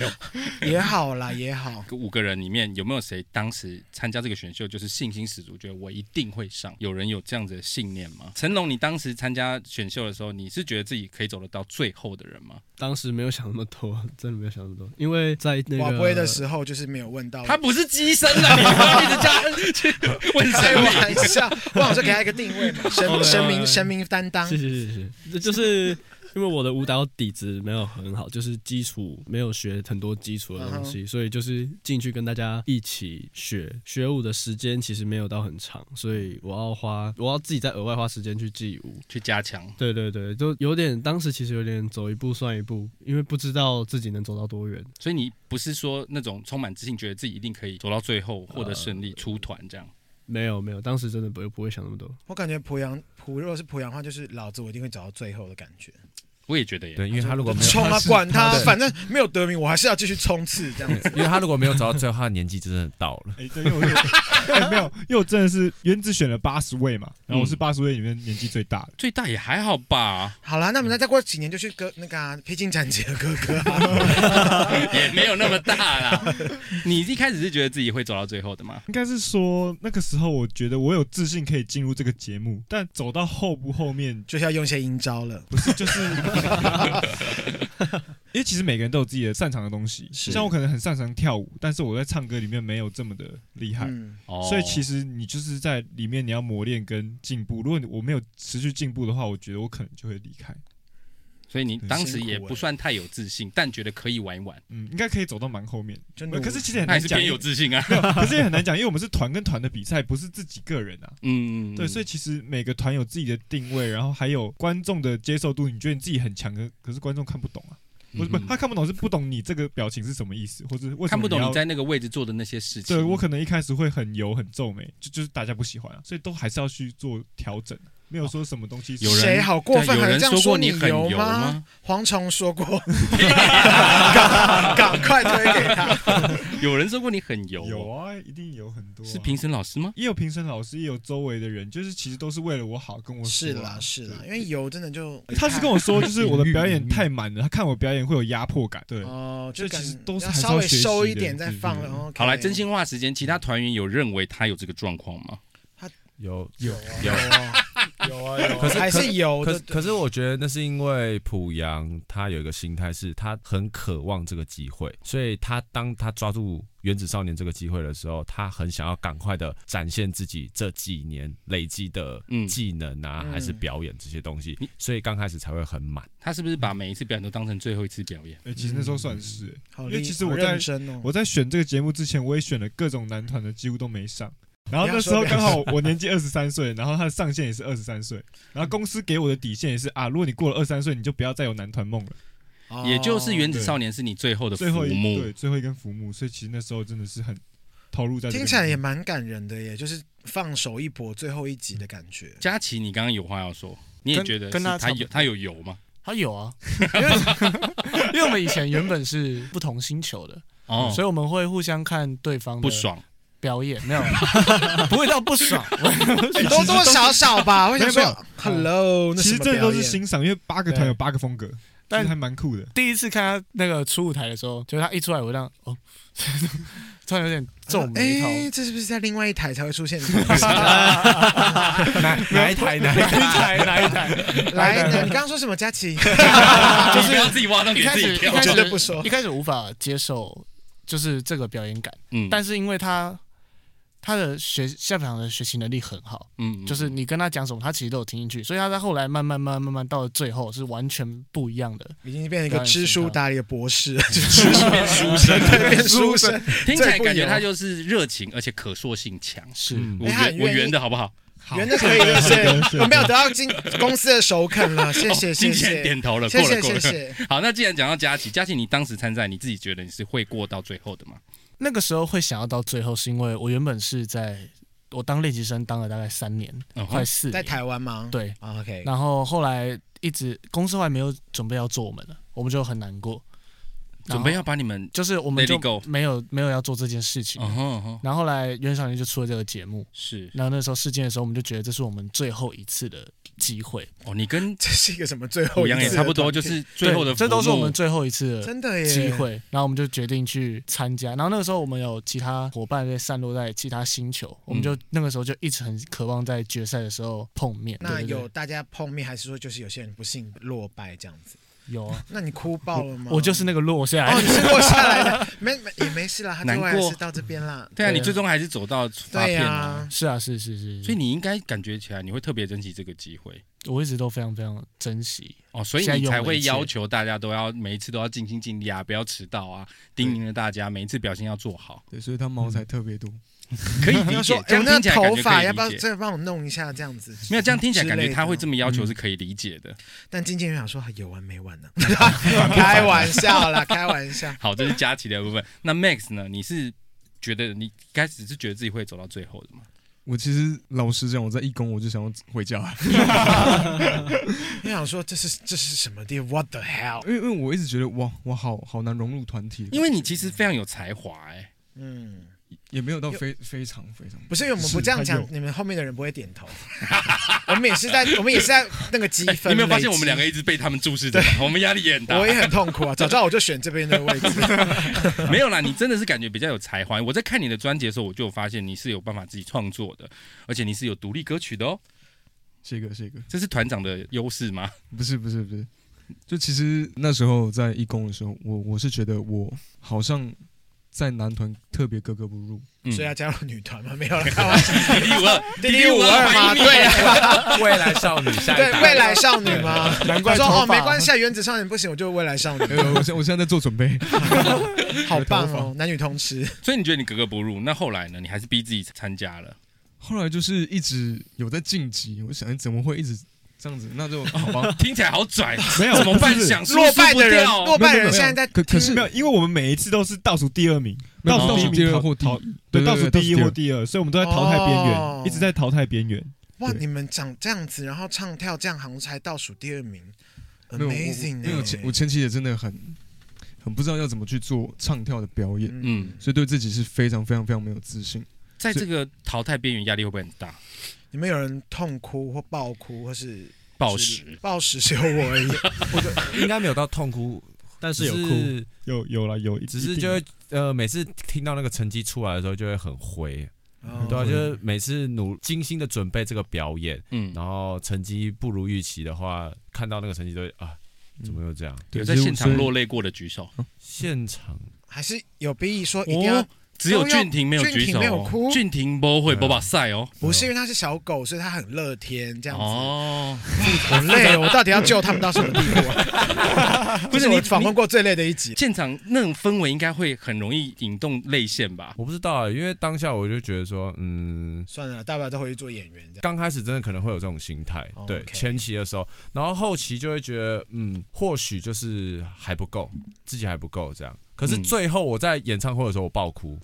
C: 也好啦，也好。
A: 五个人里面有没有谁当时参加这个选秀就是信心十足，觉得我一定会上？有人有这样子的信念吗？成龙，你当时参加选秀的时候，你是觉得自己可以走得到最后的人吗？
B: 当时没有想那么多， 真的没有想那么多，因为在那个
C: 瓦龟的时候就是没有问到，
A: 他不是机身啊，你不要一直这样去问
C: 开
A: 谁吗？
C: 玩笑， 我想说给他一个定位 嘛，神神明神明担当
B: 谢。谢谢谢，这就是因为我的舞蹈底子没有很好，就是基础没有学很多基础的东西，所以就是进去跟大家一起学学舞的时间其实没有到很长，所以我要花我要自己再额外花时间去记舞。
A: 去加强。
B: 对对对，就有点当时其实有点走一步算一步，因为不知道自己能走到多远。
A: 所以你不是说那种充满自信，觉得自己一定可以走到最后，获得胜利、出团这样。
B: 没有没有，当时真的不会不会想那么多。
C: 我感觉濮阳濮如果是濮阳的话，就是老子我一定会找到最后的感觉。
A: 我也觉得耶。
F: 对，因为他如果没有
C: 冲啊，管他
F: 对，
C: 反正没有得名，我还是要继续冲刺这样子。
F: 因为他如果没有找到最后，他的年纪真的到了，
D: 哎，对，因为我哎没有， 因为我真的是原子选了八十位嘛，然
A: 嗯
D: 后我是八十位里面年纪最大的，
A: 最大也还好 吧，
C: 好啦，那我
D: 嗯
C: 们再再过几年就去哥那个啊披荆斩棘的哥哥啊，
A: 也没有那么大啦。你一开始是觉得自己会走到最后的吗？
D: 应该是说那个时候我觉得我有自信可以进入这个节目，但走到后不后 面
C: 就是要用一些阴招了。
D: 不是， 就是， 因为其实每个人都有自己的擅长的东西，
C: 是
D: 像我可能很擅长跳舞，但是我在唱歌里面没有这么的厉害，
C: 嗯，
A: 哦
D: 所以其实你就是在里面你要磨练跟进步。如果你我没有持续进步的话，我觉得我可能就会离开。
A: 所以你
G: 很
A: 当时
C: 辛苦
A: 也
C: 欸
A: 不算太有自信，但觉得可以玩一玩，
D: 嗯，应该可以走到蛮 后面。
C: 真的我
D: 可是其实很
A: 那还
D: 难
A: 是
D: 讲，
A: 偏有自信啊。
D: 可是也很难讲，因为我们是团跟团的比赛，不是自己个人啊。
A: 嗯，
D: 对，所以其实每个团有自己的定位，然后还有观众的接受度。你觉得你自己很强，可可是观众看不懂啊，
A: 嗯
D: 不是不是，他看不懂是不懂你这个表情是什么意思，或者是为什么
A: 看不懂
D: 要
A: 你在那个位置做的那些事情。
D: 对我可能一开始会很油很皱眉，就就是大家不喜欢啊，所以都还是要去做调整啊，没有说什么东西是
A: 有人
C: 谁好过分？
A: 对有
C: 还
A: 人
C: 这样
A: 说过
C: 你
A: 你很油
C: 吗
A: 吗？
C: 蝗虫说 过，赶赶快推给他。
A: 有人说过你很油哦，
D: 有啊，一定有很多啊、
A: 是评审老师吗？
D: 也有评审老师，也有周围的人，就是其实都是为了我好 跟我
C: 是
D: 说
C: 啦
D: 啊
C: 是啦，
D: 对
C: 因为油真的就
D: 他是跟我说，就是我的表演太满了，他看我表演会有压迫感。对，
C: 哦，就
D: 这其
C: 感
D: 实都是
C: 要
D: 还是
C: 稍
D: 要
C: 微
D: 学习
C: 收一
D: 的
C: 点再
D: 对
C: 放，
D: 对
C: 然后
A: 好来，真心话时间，其他团员有认为他有这个状况吗？
F: 有，
C: 有啊有 啊有啊，有啊
F: 可是
C: 还
F: 可
C: 是有
F: 可
C: 的
F: 是。可是我觉得那是因为濮阳他有一个心态是，他很渴望这个机会，所以他当他抓住原子少年这个机会的时候，他很想要赶快的展现自己这几年累积的
A: 嗯
F: 技能啊，
C: 嗯
F: 还是表演这些东西
A: 你，
F: 所以刚开始才会很满。
A: 他是不是把每一次表演都当成最后一次表演？
D: 哎，其实那时候算是、
C: 好
D: 因为
C: 厉
D: 其实
C: 好
D: 我在
C: 认真哦，
D: 我在选这个节目之前，我也选了各种男团的，几乎都没上。然后那时候
C: 不要
D: 刚
C: 说
D: 好我年纪二十三岁，然后他的上限也是二十三岁，然后公司给我的底线也是啊，如果你过了二三岁，你就不要再有男团梦了。
C: 哦
A: 也就是原子少年是你最后的浮
D: 最后一
A: 木，
D: 对最后一根浮木，所以其实那时候真的是很投入在这个
C: 听起来
D: 里
C: 也
D: 面
C: 蛮感人的耶，就是放手一搏最后一集的感觉。
A: 佳琪，你刚刚有话要说，你也
E: 跟
A: 觉得
E: 跟
A: 是
E: 他
A: 他
E: 差不
A: 有
E: 多
A: 他有油吗？
E: 他有啊，因为 因为我们以前原本是不同星球的，
A: 哦，
E: 所以我们会互相看对方的
A: 不爽，
E: 表演，没有，不会到不爽，
D: 嗯
C: 多多少少吧，我想
D: 没有
C: 说，Hello，那哦
D: 其
C: 什
D: 实
C: 么
D: 这都
C: 表
D: 是
C: 演
D: 欣赏，因为八个团有八个风格，
E: 但
D: 但还蛮酷的。
E: 第一次看他那个出舞台的时候，就是他一出来，我这样哦， 突然有点皱眉头。
C: 哎，这是不是在另外一台才会出现的？
F: 哪哪一台哪一
E: 哪一
F: 台？
E: 台哪一台？
C: 来，你刚刚说什么？佳琪，
A: 就 不要自己挖洞
E: 一
A: 给
E: 开
A: 自
E: 始
A: 己
E: 一
A: 跳
E: 开。
C: 绝对
E: 始
C: 不说
E: 一开始无法接受，就是这个表演感，
A: 嗯，
E: 但是因为他他的学下半场的学习能力很好，
A: 嗯
E: 就是 你跟他讲什么，他其实都有听进去，所以他在后来慢慢慢慢慢慢到了最后是完全不一样的。
C: 已经变成一个知书达理的博士，就是
A: 变书生，
C: 对变书生。
A: 听起来感觉他就是热情，而且可塑性强。
E: 是
F: 嗯
A: 我
C: 啊哎他
A: 圆
C: 很
A: 我
C: 愿意
A: 圆的好不好？
C: 原的可以就是
D: 是
C: 哦我没有得到经公司的首 肯了，谢谢
A: 哦
C: 谢
A: 经纪人
C: 谢
A: 点头了，
C: 谢
A: 过了
C: 谢
A: 过
C: 谢
A: 了。
C: 谢。
A: 好，那既然讲到佳琪，佳琪，你当时参赛，你自己觉得你是会过到最后的吗？
E: 那个时候会想要到最后，是因为我原本是在我当练习生当了大概三年，
A: 嗯
E: 呃快四
C: 在
E: 年，
C: 台湾吗？
E: 对，
C: 啊，OK，
E: 然后后来一直公司后来没有准备要做我们了，我们就很难过，然
A: 准
E: 后
A: 备要把你们，
E: 就是我们就
A: Let it go
E: 没有没有要做这件事情。
A: 哦吼哦吼，
E: 然后后来袁小林就出了这个节目，
A: 是
E: 然后那时候事件的时候，我们就觉得这是我们最后一次的机会，
A: 哦，你跟
C: 这是一个什么最后
A: 虎
C: 一
A: 杨也
C: 次的
A: 差不多，
C: 团
A: 就
C: 体
A: 是最后的
E: 对这都是
A: 浮
E: 我
A: 木
E: 们最后一次的
C: 真的耶
E: 机。会。然后我们就决定去参加。然后那个时候我们有其他伙伴在散落在其他星球，我们就那个时候就一直很渴望在决赛的时候碰面。
C: 那
E: 对对对
C: 有大家碰面，还是说就是有些人不幸落败这样子？
E: 有啊，
C: 那你哭爆了吗？
E: 我就是那个落下来
C: 哦，
E: 的
C: 你是落下来的， 没没也没事啦，他最后
A: 难
C: 还
A: 过
C: 是到这边啦。
A: 对啊，
E: 对
A: 你
E: 啊
A: 最终还是走到发
C: 对
A: 片
C: 呀、
A: 啊，
E: 是啊，是是是，
A: 所以你应该感觉起来，你会特别珍惜这个机会
E: 我一直都非常非常珍惜。
A: 哦，所以
E: 现在
A: 你
E: 用
A: 才
E: 了
A: 会
E: 一切
A: 要求大家都要每一次都要尽心尽力啊，不要迟到啊，叮咛了大家每一次表现要做好，
G: 对，所以他毛才特别多。
A: 可以
C: 你
A: 理
C: 要说
A: 解，，这
C: 我
A: 样
C: 那
A: 听起来感
C: 头
A: 觉
C: 发
A: 可以
C: 要不要
A: 理解。
C: 再帮我弄一下这样子？
A: 没有这样听起来感觉他会这
C: 么。
A: 么要求是可以理解的。
C: 但今天想说还有完没完 呢、开玩笑啦，开玩笑。
A: 好，这是佳琪的部分。那 Max 呢？你是觉得你一开始是觉得自己会走到最后的吗？
G: 我其实老实讲，我在义工我就想要回家，
C: 你想说这是这是什么地方？What the hell？
G: 因为因为我一直觉得哇，我好好难融入团体，
A: 因为你其实非常有才华、哎，
C: 嗯，
G: 也没有到非非常非常
C: 不是，因为我们不这样
D: 是
C: 讲
D: 还，
C: 你们后面的人不会点头。 我们也是在，我们也是在那个积
A: 哎 你
C: 分。
A: 有没有发现我们两个？一直被他们注视着？我们压力也很大。
C: 我也很痛苦啊！早 知道我就选这边的位置。
A: 嗯没有啦，你真的是感觉比较有才华。我在看你的专辑的时候，我就有发现你是有办法自己创作的，而且你是有独立歌曲的哦。
G: 谢哥谢哥，
A: 这是团长的优势吗？
G: 不是不是不是， 就其实那时候在义工的时候，我我是觉得我好像在男团特别格格不入。
A: 嗯
C: 所以要加入女团吗？没有了，开 玩笑。
A: 第五 二，
C: 滴滴五二吗？
A: 欢迎你
C: 对啊，
F: 未来少女下
C: 对
F: 一代，
C: 未来少女吗？
E: 难
C: 我
E: 怪
C: 说
E: 头
C: 哦，
E: 发
C: 没关系，啊，原子少年不行，我就未来少女，
G: 呃，我现我现在在做准备，
C: 好棒哦，男女通 吃。
A: 所以你觉得你格格不入？那后来呢？你还是逼自己参加 了。
G: 后来就是一直有在晋级，我想哎怎么会一直这样子？那就、好吧，
A: 听起来好拽，啊
C: 哎
D: 没有
A: 怎么办？
D: 就是
A: 想输
C: 落败
A: 输不
C: 的人，
A: 掉
C: 落败的人现在在
G: 可可是
D: 没有，因为我们每一次都是倒数第二名，
G: 没有
D: 倒
G: 倒
D: 数
G: 数
D: 第
G: 第
D: 一
G: 二
D: 名
G: 或第
D: 淘
G: 一，
D: 对，
G: 对
D: 倒数第一或
G: 倒数
D: 第二，所以我们都在淘汰边
C: 哦
D: 缘，一直在淘汰边缘。
C: 哇，
D: 对
C: 你们长这样子，然后唱跳这样，好像才倒数第二名
G: 没有我
C: ，amazing 欸
G: 因为我前我
C: 呢。
G: 前期也真的很很不知道要怎么去做唱跳的表演，
A: 嗯，
G: 所以对自己是非常非常非常没有自信。
A: 在这个淘汰边缘，压力会不会很大？
C: 你们有人痛哭或爆哭，或是
A: 暴食，
C: 暴食只有 我而已。
F: 应该没有到痛哭，
B: 但是
F: 只
B: 有哭，
F: 是
D: 有有了有，
F: 只是就会呃，每次听到那个成绩出来的时候，就会很灰。
C: 哦
F: 对啊，就是每次努精心的准备这个表演，
A: 嗯，
F: 然后成绩不如预期的话，看到那个成绩都会啊，怎么又这样？嗯
A: 有
G: 对，
A: 在
G: 所以
A: 现场
G: 所以
A: 落泪过的举手。哦
F: 现场
C: 还是有逼说 一定要，
A: 只有俊廷没有举
C: 俊
A: 手
C: 廷没有
A: 哦，
C: 哭
A: 俊廷不会
F: 对啊
A: 播把赛哦。
C: 不是因为它是小狗，所以它很乐天这样子。
A: 哦，
C: 很累哦，我到底要救他们到什么地步啊？
A: 不
C: 这
A: 是
C: 我
A: 你
C: 访问过最累的一集，
A: 现场那种氛围应该会很容易引动泪腺吧？
F: 我不知道啊，因为当下我就觉得说，嗯，
C: 算了，大不了再回去做演员这样。
F: 刚开始真的可能会有这种心态，
C: 哦
F: 对
C: OK
F: 前期的时候，然后后期就会觉得，嗯，或许就是还不够，自己还不够这样。可是
A: 嗯
F: 最后我在演唱会的时候，我爆哭，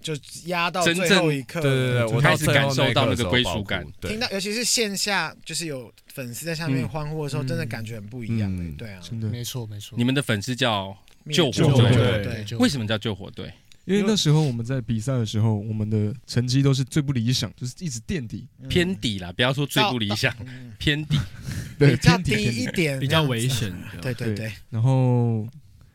C: 就压到
A: 真
C: 最
A: 正
C: 后一刻，
F: 对对对，
A: 就
F: 我
A: 开
F: 到
A: 始
F: 最后
A: 感受
F: 一刻
A: 到
F: 的
A: 那个
F: 时候
A: 归
F: 爆
A: 属
F: 哭
A: 感
F: 对
C: 听，到尤其是线下，就是有粉丝在下面
A: 嗯
C: 欢呼的时候，
G: 嗯
C: 真的感觉很不一样欸
F: 嗯
C: 对啊，
G: 真的，
E: 没错没错
A: 你。们的粉丝叫
C: 灭
A: 救
D: 火队
C: 队
E: 对，
C: 对，
E: 就
A: 为什么叫救火队？
G: 因为那时候我们在比赛的时候，我们的成绩都是最不理想，就是一直垫底，
C: 嗯
A: 偏底啦，不要说最不理想，
C: 嗯
A: 偏底。
C: 比
G: 对，
C: 较
G: 垫底
C: 低
G: 垫
C: 一
G: 底。
C: 点，
B: 比较危。险。
C: 对对
G: 对
C: 对，
G: 然后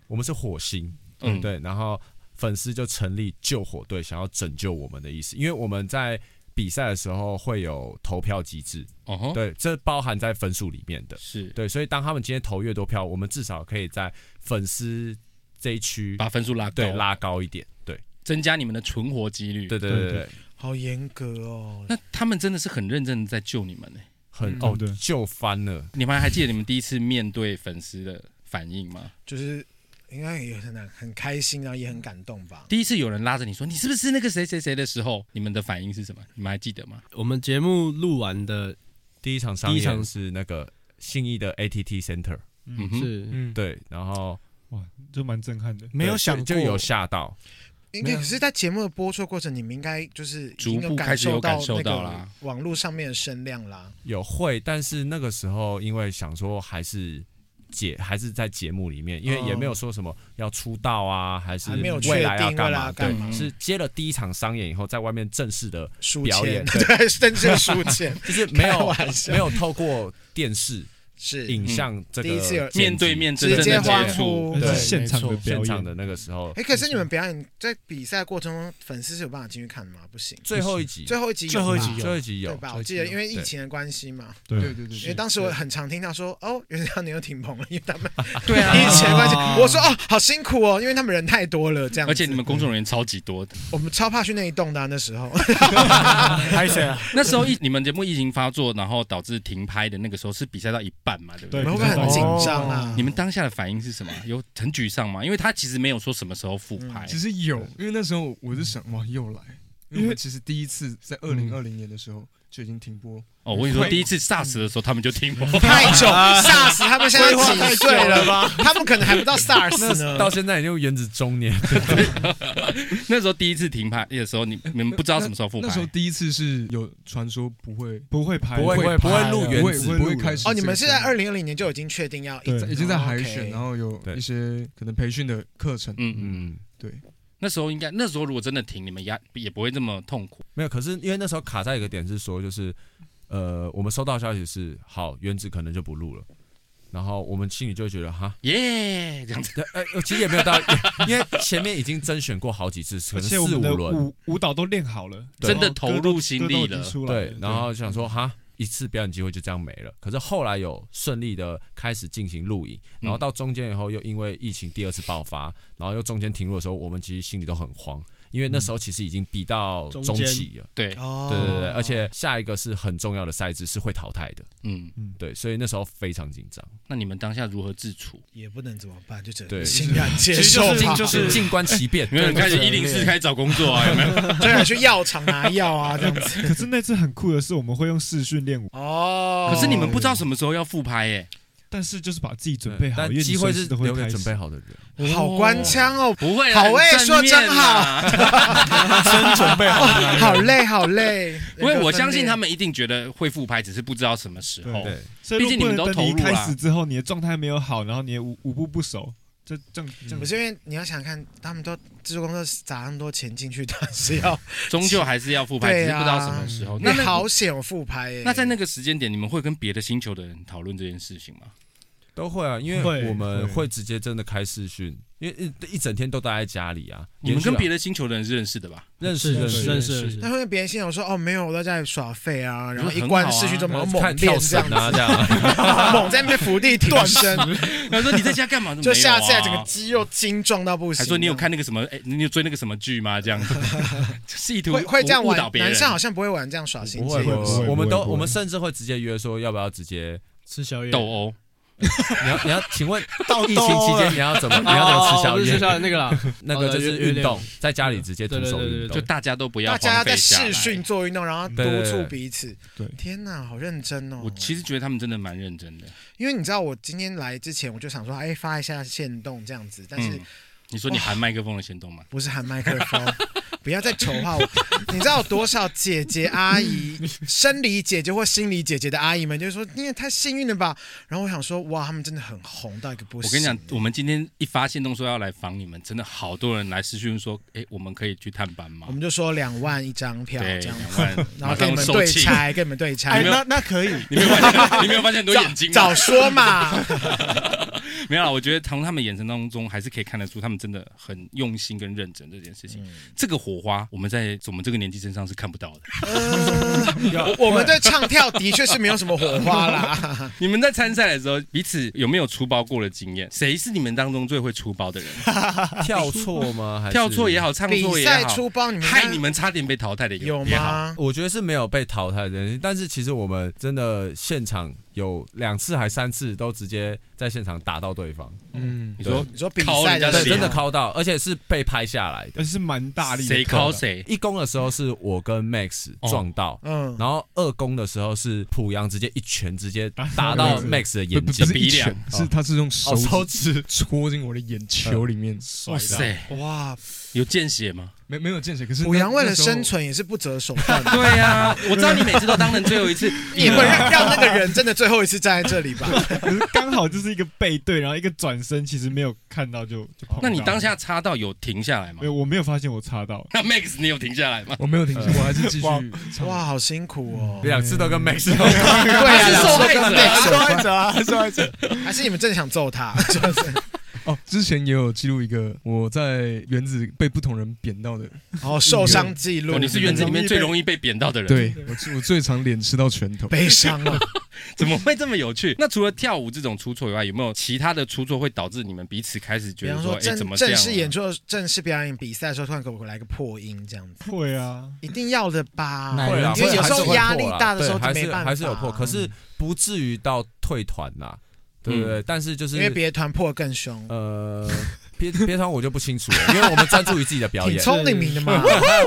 F: 我们是火星，
A: 嗯，
F: 对，然后粉丝就成立救火队，想要拯救我们的意思，因为我们在比赛的时候会有投票机制，
A: 哦吼，
F: 对，这包含在分数里面的，
A: 是
F: 对，所以当他们今天投越多票，我们至少可以在粉丝这一区
A: 把分数拉高，
F: 对拉高一点，对，
A: 增加你们的存活几率。
F: 对对对对，
C: 好严格哦。
A: 那他们真的是很认真的在救你们呢。欸
F: 很
C: 嗯
F: 哦
D: 对
F: 救翻了，
A: 你们还记得你们第一次面对粉丝的反应吗？
C: 就是应该也很难很开心，然后也很感动吧。
A: 第一次有人拉着你说你是不是那个谁谁谁的时候，你们的反应是什么？你们还记得吗？
B: 我们节目录完的
F: 第一场商
B: 第一场
F: 演是那个信义的 ATT Center，
A: 嗯哼，
B: 是
E: 嗯，
F: 对，然后
D: 就蛮震撼的。
E: 没有
F: 对
E: 想过
F: 就就有吓到，
C: 因为可是，在节目的播出过程，你们应该就是已经
A: 逐步开始有感
C: 感
A: 受
C: 受
A: 到
C: 到
A: 啦
C: 那个网络上面的声量啦。
F: 有会，但是那个时候因为想说还是节还是在节目里面，因为也没有说什么要出道啊，还是
C: 哦还没有确
F: 未来要
C: 定
F: 干
C: 未来
F: 嘛，
C: 要干嗯
F: 对，
A: 嘛
F: 是接了第一场商演以后，在外面正式 的，
C: 输
F: 表
C: 钱，
F: 演
C: 对，甚至输钱
F: 就是没
C: 开
F: 有
C: 玩笑
F: 没有透过电视
C: 是
F: 影像这个
C: 第一次有
F: 剪辑
A: 面对面真
C: 直
A: 正
C: 接
A: 的接
C: 欢
A: 触，
C: 呼
D: 那。
E: 对
D: 是现场的
E: 没错
D: 表
F: 现场
D: 演
F: 的那个时候，
C: 哎，可是你们表演在比赛过程中，粉丝是有办法进去看的吗？不行，
F: 最后一集
C: 最后一集有吧
E: 最后一集有
F: 最后一集
C: 对
F: 有，
C: 吧？
E: 最后
C: 我
E: 一集
C: 记
E: 有
C: 得因为疫情的关系嘛，
G: 对
D: 对，
G: 对对，
C: 因为当时我很常听到说，哦，原来你又停棚了，因为他们
A: 对啊，
C: 疫情的关系。 我说哦，好辛苦哦，因为他们人太多了，这样子。嗯
A: 而且你们工作人员超级多的。
C: 我们超怕去那一栋的啊那时候，
E: 拍谁啊？
A: 那时候疫你们节目疫情发作，然后导致停拍的那个时候是比赛到一半嘛，对不对？哦
D: 对
C: 你 们会不会很紧张啊？
A: 你们当下的反应是什么？有很沮丧吗？因为他其实没有说什么时候复拍，
G: 其实有，因为那时候我是想哇又来，因为我们其实第一次在二零二零年的时候就已经停播，
A: 哦，我跟你说，第一次 SARS 的时候他们就听我。
C: 太久吓死他们现在几岁了吧？他们可能还不到 SARS
F: 那
C: 呢。
F: 到现在已经原子中年，
A: 那时候第一次停拍的时候，你你嗯们不知道什么时候复
G: 哎那
A: 拍
G: 时。候第一次是有传说不会
D: 不会拍，
F: 不会
G: 会
F: 不会
E: 拍
F: 录
E: 了
F: 原
G: 不会
F: 子
G: 不会开始
C: 哦，你们是在
G: 这个
C: 二零二零年就已经确定要一
D: 对
G: 已经在海
C: 哦
G: 选，
C: ，OK
G: 然后有
F: 对
G: 一些可能培训的课程，
A: 嗯嗯，
F: 嗯。
G: 对，
A: 那时候应该，那时候如果真的停，你们压也不会这么痛苦。
F: 没有，可是因为那时候卡在一个点是说，就是呃，我们收到消息是好原子可能就不录了，然后我们心里就会觉得哈，
A: 耶，这样子。
F: 呃，呃其实也没有到， 因为前面已经甄选过好几次，可
D: 而
F: 能
D: 且
F: 四
D: 我们的
F: 五轮，
D: 舞舞蹈都练好了，
A: 真的
D: 然后
A: 投
D: 歌
A: 入心力
G: 哦
D: 歌都已经
A: 了
D: 出来
F: 对，然后想说哈，一次表演机会就这样没了。可是后来有顺利的开始进行录影，然后到中间以后又因为疫情第二次爆发，然后又中间停录的时候，我们其实心里都很慌，因为那时候其实已经逼到
B: 中
F: 中
B: 间
F: 期了。
A: 对，
C: 哦
F: 对对对，对而且下一个是很重要的赛制，是会淘汰的，
A: 嗯，
F: 对，所以那时候非常紧张，
A: 那你们当下如何自处？
C: 也不能怎么办，就只能
F: 对
C: 欣然接
F: 其实
C: 受
F: 就是
C: 吧。
F: 就是静观其变，
A: 没有人开始
F: 对
A: 一零四开始找工作啊？有 没有？
C: 就想去药厂拿药啊，这样 子。
D: 可是那次很酷的是，我们会用视讯练舞，
C: 哦，
A: 可是你们不知道什么时候要复拍耶？
D: 但是就是把自己准备好，因
F: 但
D: 为你
F: 机会
D: 随
F: 是
D: 时都会
F: 留给
D: 开始
F: 准备好的人。
C: 好官腔哦，
A: 不会啦，
C: 好欸
A: 很正面啊啦。
F: 真准备 好了。
C: 好累好累。
A: 因为我相信他们一定觉得会复拍，只是不知道什么时候。
F: 对，
D: 所以如
A: 毕
D: 果
A: 竟你们
D: 不能
A: 都投入
D: 等你
G: 啊
D: 开
A: 啦
D: 始之后，你的状态没有好，然后你的舞舞步不熟，这这样这
C: 人格分裂。
D: 样
C: 不
G: 嗯
C: 是因为你要想看，他们都制作公司砸那么多钱进去，他是 要
A: 终究还是要复拍，
C: 对啊
A: 只是不知道什么时候。哦那
C: 那
A: 那
C: 好险有复拍耶。
A: 那在那个时间点，你们会跟别的星球的人讨论这件事情吗？
F: 都会啊，因为
D: 会
F: 我们
D: 会
F: 会直接真的开视讯，因为一一整天都待在家里啊。
A: 你们跟别
F: 人
A: 的星球的人是认识的吧？
F: 认识认识
B: 认识认识
C: 那会别人心想说哦，没有，我在家里耍废啊，然后一
A: 很好啊
C: 关失去就猛猛
F: 看
C: 练
F: 跳
C: 这
F: 绳
C: 样
F: 啊
C: 子，
F: 这样啊，
C: 猛在那边 伏地挺身，
A: 他说你在家干嘛？
C: 就下次
A: 来
C: 来整个肌肉精壮到不
A: 啊
C: 行。啊
A: 还说你有看那个什么？哎，你有追那个什么剧吗？这样子，就是意图
C: 会会这 样
A: 误
C: 玩
A: 导？别人
C: 男。生好像不会玩这样耍心
F: 不
C: 机
F: 会
C: 游戏，
F: 不
D: 不
F: 会，
D: 会
F: 我们都
D: 不会
F: 我们甚至会直接约说要不要直接
B: 吃宵夜
A: 斗殴，
F: 你要你要请问到疫情期间你要怎么你要怎么
B: 哦
F: 吃
B: 吃
F: 宵
B: 宵
F: 夜？
B: 夜那个啦，
F: 那个就是运动，在家里直接徒手运
B: 对对对对
A: 就
F: 动。
A: 大家都不要
C: 大家要
A: 荒
C: 在
A: 废下来
C: 视讯做运动，然后督促彼此。
D: 对对对
C: 天哪，好认真哦！
A: 我其实觉得他们真的蛮认真的。
C: 因为你知道，我今天来之前我就想说，哎，发一下线动这样子，但是
A: 嗯，你说你含麦克风的行动吗？
C: 不是喊麦克风， 不要再丑化我。 你知道有多少姐姐阿姨、生理姐姐或心理姐姐的阿姨们，就说你也太幸运了吧？然后我想说，哇，他们真的很红到一个不行。
A: 我跟你讲，我们今天一发现动说要来访你们，真的好多人来私讯说，哎，我们可以去探班吗
C: 我？们就说两万一张票
A: 对，
C: 这样
A: 两
C: 子，
A: 万，
C: 然
A: 马
C: 后跟
A: 上
C: 你们
A: 售
C: 对
A: 罄。
C: 拆，跟你们对拆
E: 哎，。那那可以，
A: 你没有发现？你没有发现很多眼睛 吗？
C: 早说 嘛！
A: 没有啦，我觉得从他们眼神当中还是可以看得出，他们真的很用心跟认真这件事情。这个火花，我们在我们这个年纪身上是看不到的。
C: 我们对唱跳的确是没有什么火花啦。
A: 你们在参赛的时候，彼此有没有出包过的经验？谁是你们当中最会出包的人？
F: 跳错吗？还是
A: 跳错也。好， 唱错
C: 比
A: 也
C: 赛
A: 好，
C: 出包，你们
A: 害你们差点被淘汰的
C: 有
A: 也好？
C: 吗？
F: 我觉得是没有被淘汰的东西，但是其实我们真的现场有两次还三次都直接在现场打到对方，
G: 嗯，
A: 你说
C: 你说啊比
A: 靠
C: 赛
A: 人家
C: 时候
F: 对，
A: 是
F: 真的敲到，而且是被拍下来的。
D: 而且是蛮大力的，
A: 谁靠？谁？
F: 一攻的时候是我跟 Max 撞到，
C: 嗯，
F: 然后二攻的时候是濮阳直接一拳直接 打到 Max 的
G: 不
F: 眼
G: 不
F: 睛
G: 不，是
A: 鼻
G: 一
A: 梁
G: 拳，是
D: 啊
G: 他是用手
F: 哦手
G: 指戳进我的眼球里
D: 嗯
G: 面，
A: 哇塞，
C: 哇，
A: 有见血吗？
G: 没没有见血，可是
C: 濮阳为了生
G: 生存，
C: 存也是不择手 段的，
A: 对呀、我知道你每次都当成最后一次，
C: 你也不能让让那个人真的最后一次站在这里吧？
D: 可是刚好就是一个背对，然后一个转身，其实没有看到就就碰到。
A: 那你当下插到有停下来吗
D: 没？有？我没有发现我插到，
A: 那 Max，你有停下来吗？
G: 我没有停下，我还是继续
E: 哇
G: 唱。
C: 哇，好辛苦哦！
F: 两次都跟 Max
C: 对
A: 他
C: 啊，
A: 是
C: 两
A: 受害者啊
C: 次都跟 Max 有
E: 受害
C: 关
E: 者啊，受害者。
C: 还是你们真的想揍他？ 就是
G: 哦， 之前也有记录一个我在原子被不同人扁到的，
C: 哦，受伤记录
A: 哦，，你是院子里面最容易被扁到的人，，
G: 对我最我最常脸吃到拳头。
C: 悲伤啊了。
A: 怎么会这么有 趣？那除了跳舞这种出错以外，有没有其他的出错会导致你们彼此开始
C: 比
A: 觉得
C: 方
A: 说，
C: 说
A: 哎，怎么
C: 正
A: 这
C: 正
A: 样啊？
C: 式演出、正式表演比赛的时候，突然给我来个破音这样子，
D: 会啊，
C: 一定要的吧？
E: 哪
A: 啊
F: 会啦，
C: 因为有时
F: 会还是会
C: 候
F: 破啦
C: 压力大的时候
F: 对还
C: 就没
F: 是
C: 办法，嗯
F: 还是有破，可是不至于到退团啦，对不对？但是就是
C: 因为别的团破得更凶，
F: 呃， 别别团我就不清楚了，因为我们专注于自己的表
C: 挺
F: 演。
C: 聪明 的嘛。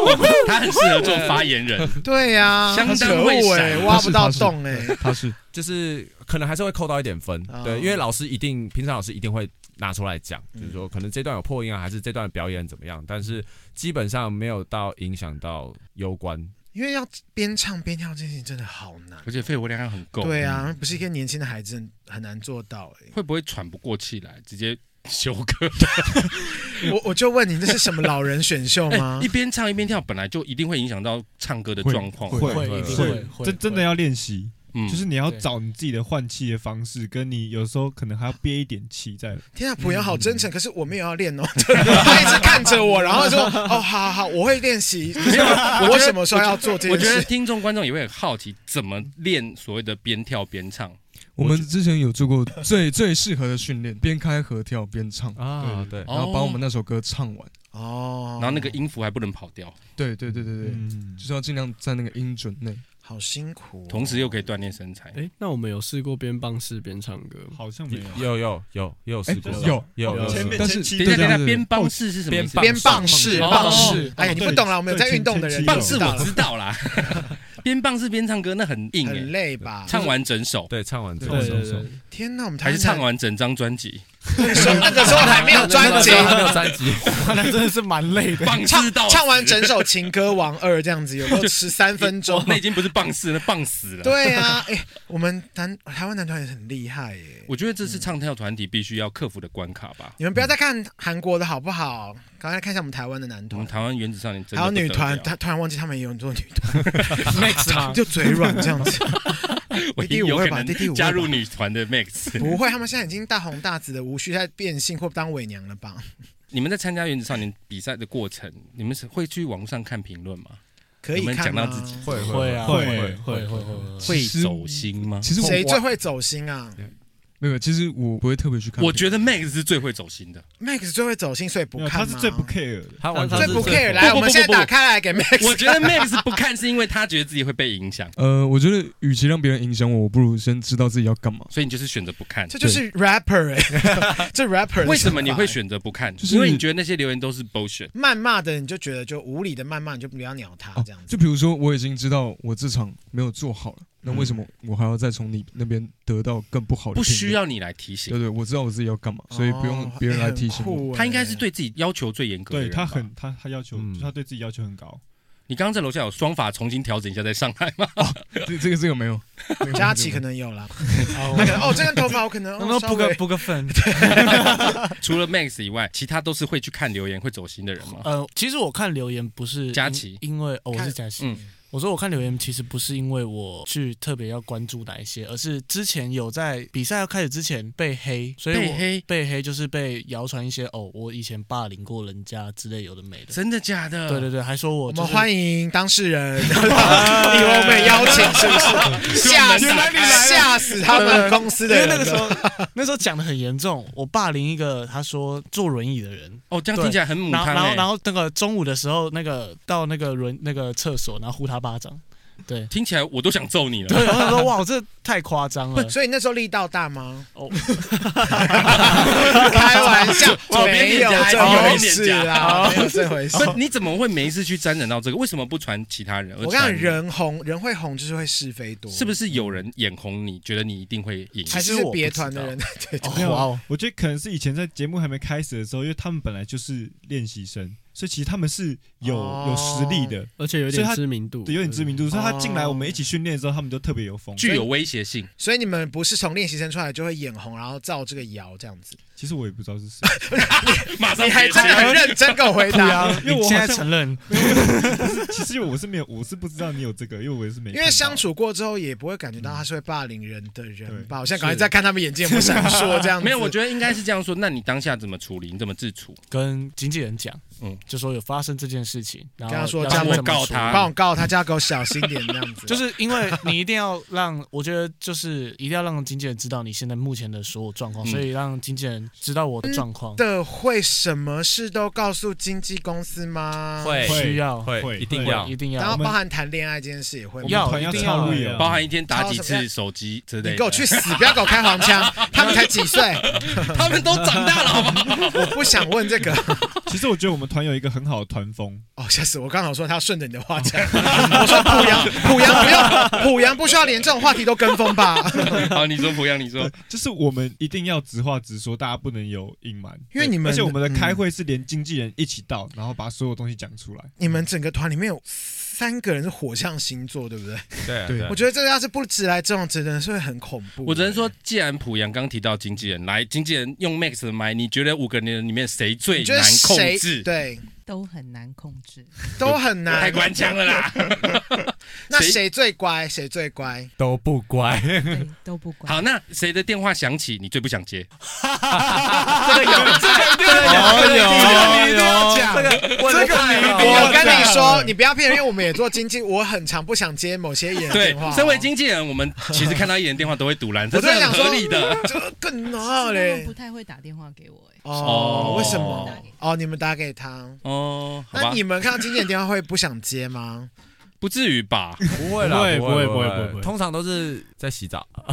A: 他很适合做发言人，
C: 对啊呀，
A: 相当
C: 可
A: 会
C: 恶哎，
A: 闪啊
C: 挖不到洞哎。
G: 他是
F: 就是可能还是会扣到一点分，
C: 哦
F: 对，因为老师一定平常老师一定会拿出来讲，
C: 嗯
F: 就是说可能这段有破音啊，还是这段表演怎么样，但是基本上没有到影响到攸关。
C: 因为要边唱边跳这件事情真的好难。
A: 而且肺活量很够。
C: 对，啊，不是一个年轻的孩子很难做到哎、
A: 会不会喘不过气来，直接休克？
C: 我我就问你，这是什么老人选秀 吗
A: 一？边唱一边跳，本来就一定会影响到唱歌的状况。
G: 会
E: 会一定
D: 会
E: 会，
D: 真真的要练习，
A: 嗯，
D: 就是你要
E: 对
D: 找你自己的换气的方式，跟你有时候可能还要憋一点气在。
C: 天啊，朴元好真
A: 嗯
C: 诚，可是我没有要练哦， 他一直看着我，然后说：“哦，好好好，我会练习。”
A: 没有啊 我觉
C: 我
A: 得
C: 什么时候要做这
A: 我
C: 件
A: 觉得
C: 事？
A: 听众观众也会很好奇，怎么练所谓的边跳边唱？
G: 我们之前有做过最最适合的训练，边开合跳边唱，
F: 啊，对，
A: 哦
G: 然后把我们那首歌唱完。
C: 哦，
A: 然后那个音符还不能跑掉，
G: 对对对对对，
D: 嗯
G: 就是要尽量在那个音准内。
C: 好辛苦哦、
A: 同时又可以锻炼身材。
B: 哎、那我们有试过边棒式边唱歌吗？
D: 好像没有。
F: 有有有有试过，
D: 哎
G: 有
F: 有
B: 有
F: 有
B: 前
F: 有
B: 面
G: 但是
A: 等一下，等一下，边
G: 棒
A: 棒式是什么意思？
F: 边
C: 边棒式
A: 棒
C: 棒
A: 式
C: 式，哎呀，你不懂啦，我们有在运动的人
D: 对
A: 哦棒
D: 前
A: 式
D: 前
C: 知道
A: 我
C: 了
A: 知道啦，边棒式边唱歌那很硬哎、
C: 很累吧？
A: 唱完整首
F: 对，唱完之后
B: 对对对，
C: 天哪，我们
A: 还
C: 台湾
A: 是
C: 人
A: 唱完整张专辑？
C: 那个时候还 没有专 辑，
F: 还没有专辑，
E: 那真的是蛮累 的。
A: 棒式
C: 唱
A: 到
C: 唱完整首《情歌王二》这样子，有没有十三分钟？
A: 那已经不是棒式，那棒死了。
C: 对啊，哎、我们男台湾男团也很厉害耶。
A: 我觉得这是唱跳团体必须要克服的关卡吧。
C: 你们不要再看韩国的好不好？赶快来看一下我们台湾的男
A: 我们
C: 团，
A: 台湾原子少嗯年真的
C: 还有女
A: 不得了啊
C: 团，他突然忘记他们也有很多女团，
E: Next 嘛，
C: 就嘴软这样子。
A: 我一定
C: 第五
A: 有可
C: 位吧第第
A: 能
C: 五位吧
A: 加入女团的 Max。
C: 不会，他们现在已经大红大紫的，无需再变性或当伪娘了吧？
A: 你们在参加原子少年比赛的过程，你们是会去网上看评论吗？
C: 可以
A: 有没有
C: 看
A: 讲到
C: 吗？
A: 自己
F: 会
E: 会啊，
D: 会
E: 会
B: 会
E: 会会
A: 会
E: 会。
G: 其实
A: 走心吗？
G: 其实我
C: 谁最会走心啊
G: 没有，其实我不会特别去看。
A: 我觉得 Max 是最会走心的。
C: ？Max 最会走心，所以不
D: 没有
C: 看
D: 他
C: 吗？
D: 是最不 care 的。
F: 他完全
C: 最
F: 是
C: 不 care。
F: 不
C: 来，
A: 不不
C: 我们现在
A: 不不
C: 打开来给 Max。
A: 我觉得 Max 不看是因为他觉得自己会被影响，
G: 呃，我觉得与其让别人影响我，我不如先知道自己要干嘛。
A: 所以你就是选择不看。
C: 这就是 rapper 哎、这 rapper 的
A: 为什么你
C: 想法
A: 会
C: 哎
A: 选择不看？
G: 就是
A: 因为你觉得那些留言都是 bullshit。
C: 谩骂的？你就觉得就无理的谩骂，你就不要鸟他
G: 哦
C: 这样，子。
G: 就比如说我已经知道我这场没有做好了，
C: 嗯
G: 那为什么我还要再从你那边得到更不好的？
A: 不需。要你来提醒
G: 对，对，我知道我自己要干嘛，所以不用
C: 哦
G: 别人
C: 哎
G: 来
C: 很
G: 提醒我。
C: 酷哎
A: 他应该是对自己要求最严格的
D: 对
A: 人吧
D: 他很，他他要求，
F: 嗯
D: 他对自己要求很高。
A: 你刚刚在楼下有双法重新调整一下再上来吗？
G: 这这个这个没有，这个
C: 佳琪可
G: 没有
C: 能有啦，
E: 哦
C: 他可能哦，这根头发我可能
E: 能不能
C: 哦稍
E: 补个
C: 微
E: 补个粉？
A: 除了 Max 以外，其他都是会去看留言、会走心的人吗？
E: 呃，其实我看留言不是因
A: 啊佳琪
E: 因为哦，我是佳琪。
A: 嗯
E: 我说我看留言其实不是因为我去特别要关注哪一些，而是之前有在比赛要开始之前被黑，呃所以我
A: 被黑
E: 被黑就是被谣传一些哦，我以前霸凌过人家之类有的没的。
A: 真的假的？
E: 对对对，还说我
C: 我
E: 就
C: 们
E: 是
C: 欢迎当事人， 以为我们邀请是不是？吓死
A: 原来你
E: 来了
C: 吓死他们公司
E: 因
C: 的
E: 为
C: 人
E: 那
C: 了
E: 个时候那时候讲的很严重，我霸凌一个他说坐轮椅的人，
A: 哦，这样听起来很母
E: 然
A: 汤
E: 后然后
A: 哎
E: 然。后那个中午的时候，那个到那个轮那个厕所，然后呼他巴掌，对
A: 听起来我都想揍你
E: 对，
A: 了。
E: 我想说哇，这太夸张了，
C: 所以那时候力道大吗？
E: 哦
C: 开玩笑，
A: 左边
C: 没
A: 脸
C: 有
A: 颊
C: 这
A: 左
C: 回
A: 边脸
C: 事
A: 颊
C: 啊啦，没有这回事
A: 不。是，你怎么会每一次去沾染到这个？为什么不传其他人？而
C: 我跟你
A: 传
C: 讲，
A: 你
C: 人红人会红，就是会是非多，
A: 是不？是有人眼红你，觉得你一定会赢？
C: 还
E: 其
C: 是
E: 实我不
C: 别团的
E: 知道
C: 人？ 对，
E: 哦
D: 没有
E: 哇哦，
D: 我觉得可能是以前在节目还没开始的时候，因为他们本来就是练习生，所以其实他们是有有实力的，
B: 而且有
D: 所以
B: 点
D: 他
B: 知名度，
D: 对，有点知名度。所以他进来
C: 哦
D: 我们一起训练的时候，他们就特别有风。
A: 具有威胁性。
C: 所以你们不是从练习生出来就会眼红，然后造这个谣这样子？
D: 其实我也不知道是谁，
A: 马上
C: 你还真的很认真跟我 回
E: 对
C: 答，
E: 啊，
D: 因为
E: 你
D: 我
E: 现
D: 好
E: 在
D: 像
E: 承认，
D: 其实我是没有，我是不知道你有这个，因为我也是没看
C: 因
D: 到。
C: 为相处过之后也不会感觉到他是会霸凌人的人
D: 对
C: 吧？我现在赶快在看他们眼睛有没有闪烁这样
A: 嗯
C: 子。
A: 没有，我觉得应该是这样说。那你当下怎么处理？你怎么自处？
E: 跟经纪人讲，
A: 嗯
E: 嗯，就说有发生这件事情，然后
C: 跟他说
E: 要
C: 这样
E: 我
C: 会
E: 怎么
A: 告
E: 处
A: 他
E: 理
C: 帮我告他，叫他给我小心点这 样子。
E: 就是因为你一定要让，我觉得就是一定要让经纪人知道你现在目前的所有状况，
A: 嗯
E: 所以让经纪人知道我的状况
C: 的会什么事都告诉经纪公司吗？，
F: 会
E: 需要
F: 会
D: 会
F: 一定要
E: 一定
C: 然后
E: 要
C: 包含谈恋爱这件事也会吗。
E: 要
D: 我们团要
E: 一定要
D: 超越啊，
A: 包含一天打几
C: 超什
A: 次手机之类的。
C: 你给我去！死！不要给我开黄 腔，他们才几岁，
A: 他们都长大了，好 不好？
C: 我不想问这个。
D: 其实我觉得我们团有一个很好的团风，
C: 哦，吓死我！刚好说他要顺着你的话 讲，我说濮阳，濮阳不用，濮阳不需要连这种话题都跟风吧？
A: 好，你说，濮阳，你说
D: 对，就是我们一定要直话直说，大家不能有隐瞒。
C: 因为你们
D: 而且我们的开会是连经纪人一起到，然后把所有东西讲出来。
C: 你们整个团里面有。三个人是火象星座，对不对？
A: 嗯
F: 对啊
G: 对
F: 对啊
C: 我觉得这要是不直来这种，真的是会很恐怖。
A: 我只能说，，既然濮阳刚提到经纪人，来，经纪人用 Max 的麦，你觉得五个人里面谁最
C: 你觉得
A: 难控
C: 谁
A: 制？
C: 对
H: 都很难控制。
C: 都很
A: 太
C: 难？
A: 官腔了啦！
C: 那谁最乖？谁最乖？
F: 都不乖，
H: 对，都不管。
A: 好，那谁的电话响起，你最不想 接？
F: 这个有，这个有，有有这个我这个
C: 我跟你说，你不要骗人，因为我们也做经纪，我很常不想接某些艺人的
A: 对
C: 电话。，哦
A: 身为经纪人，我们其实看到艺人电话都会堵拦，这
C: 我
A: 是
C: 突然
A: 很
C: 想说
A: 合理的。
C: 这更
H: 他
C: 闹
H: 们
C: 嘞
H: 不。太会打电话给我、哎，
C: 哦
A: 哦，
C: 为什么？哦，你们打给他。
A: 哦，好
C: 那
A: 吧
C: 你，们看到经纪人电话会不想接吗？
A: 不至于吧？
F: 不会啦，
B: 不会
F: 不会
B: 不会不会不会
F: 通常都是在洗澡，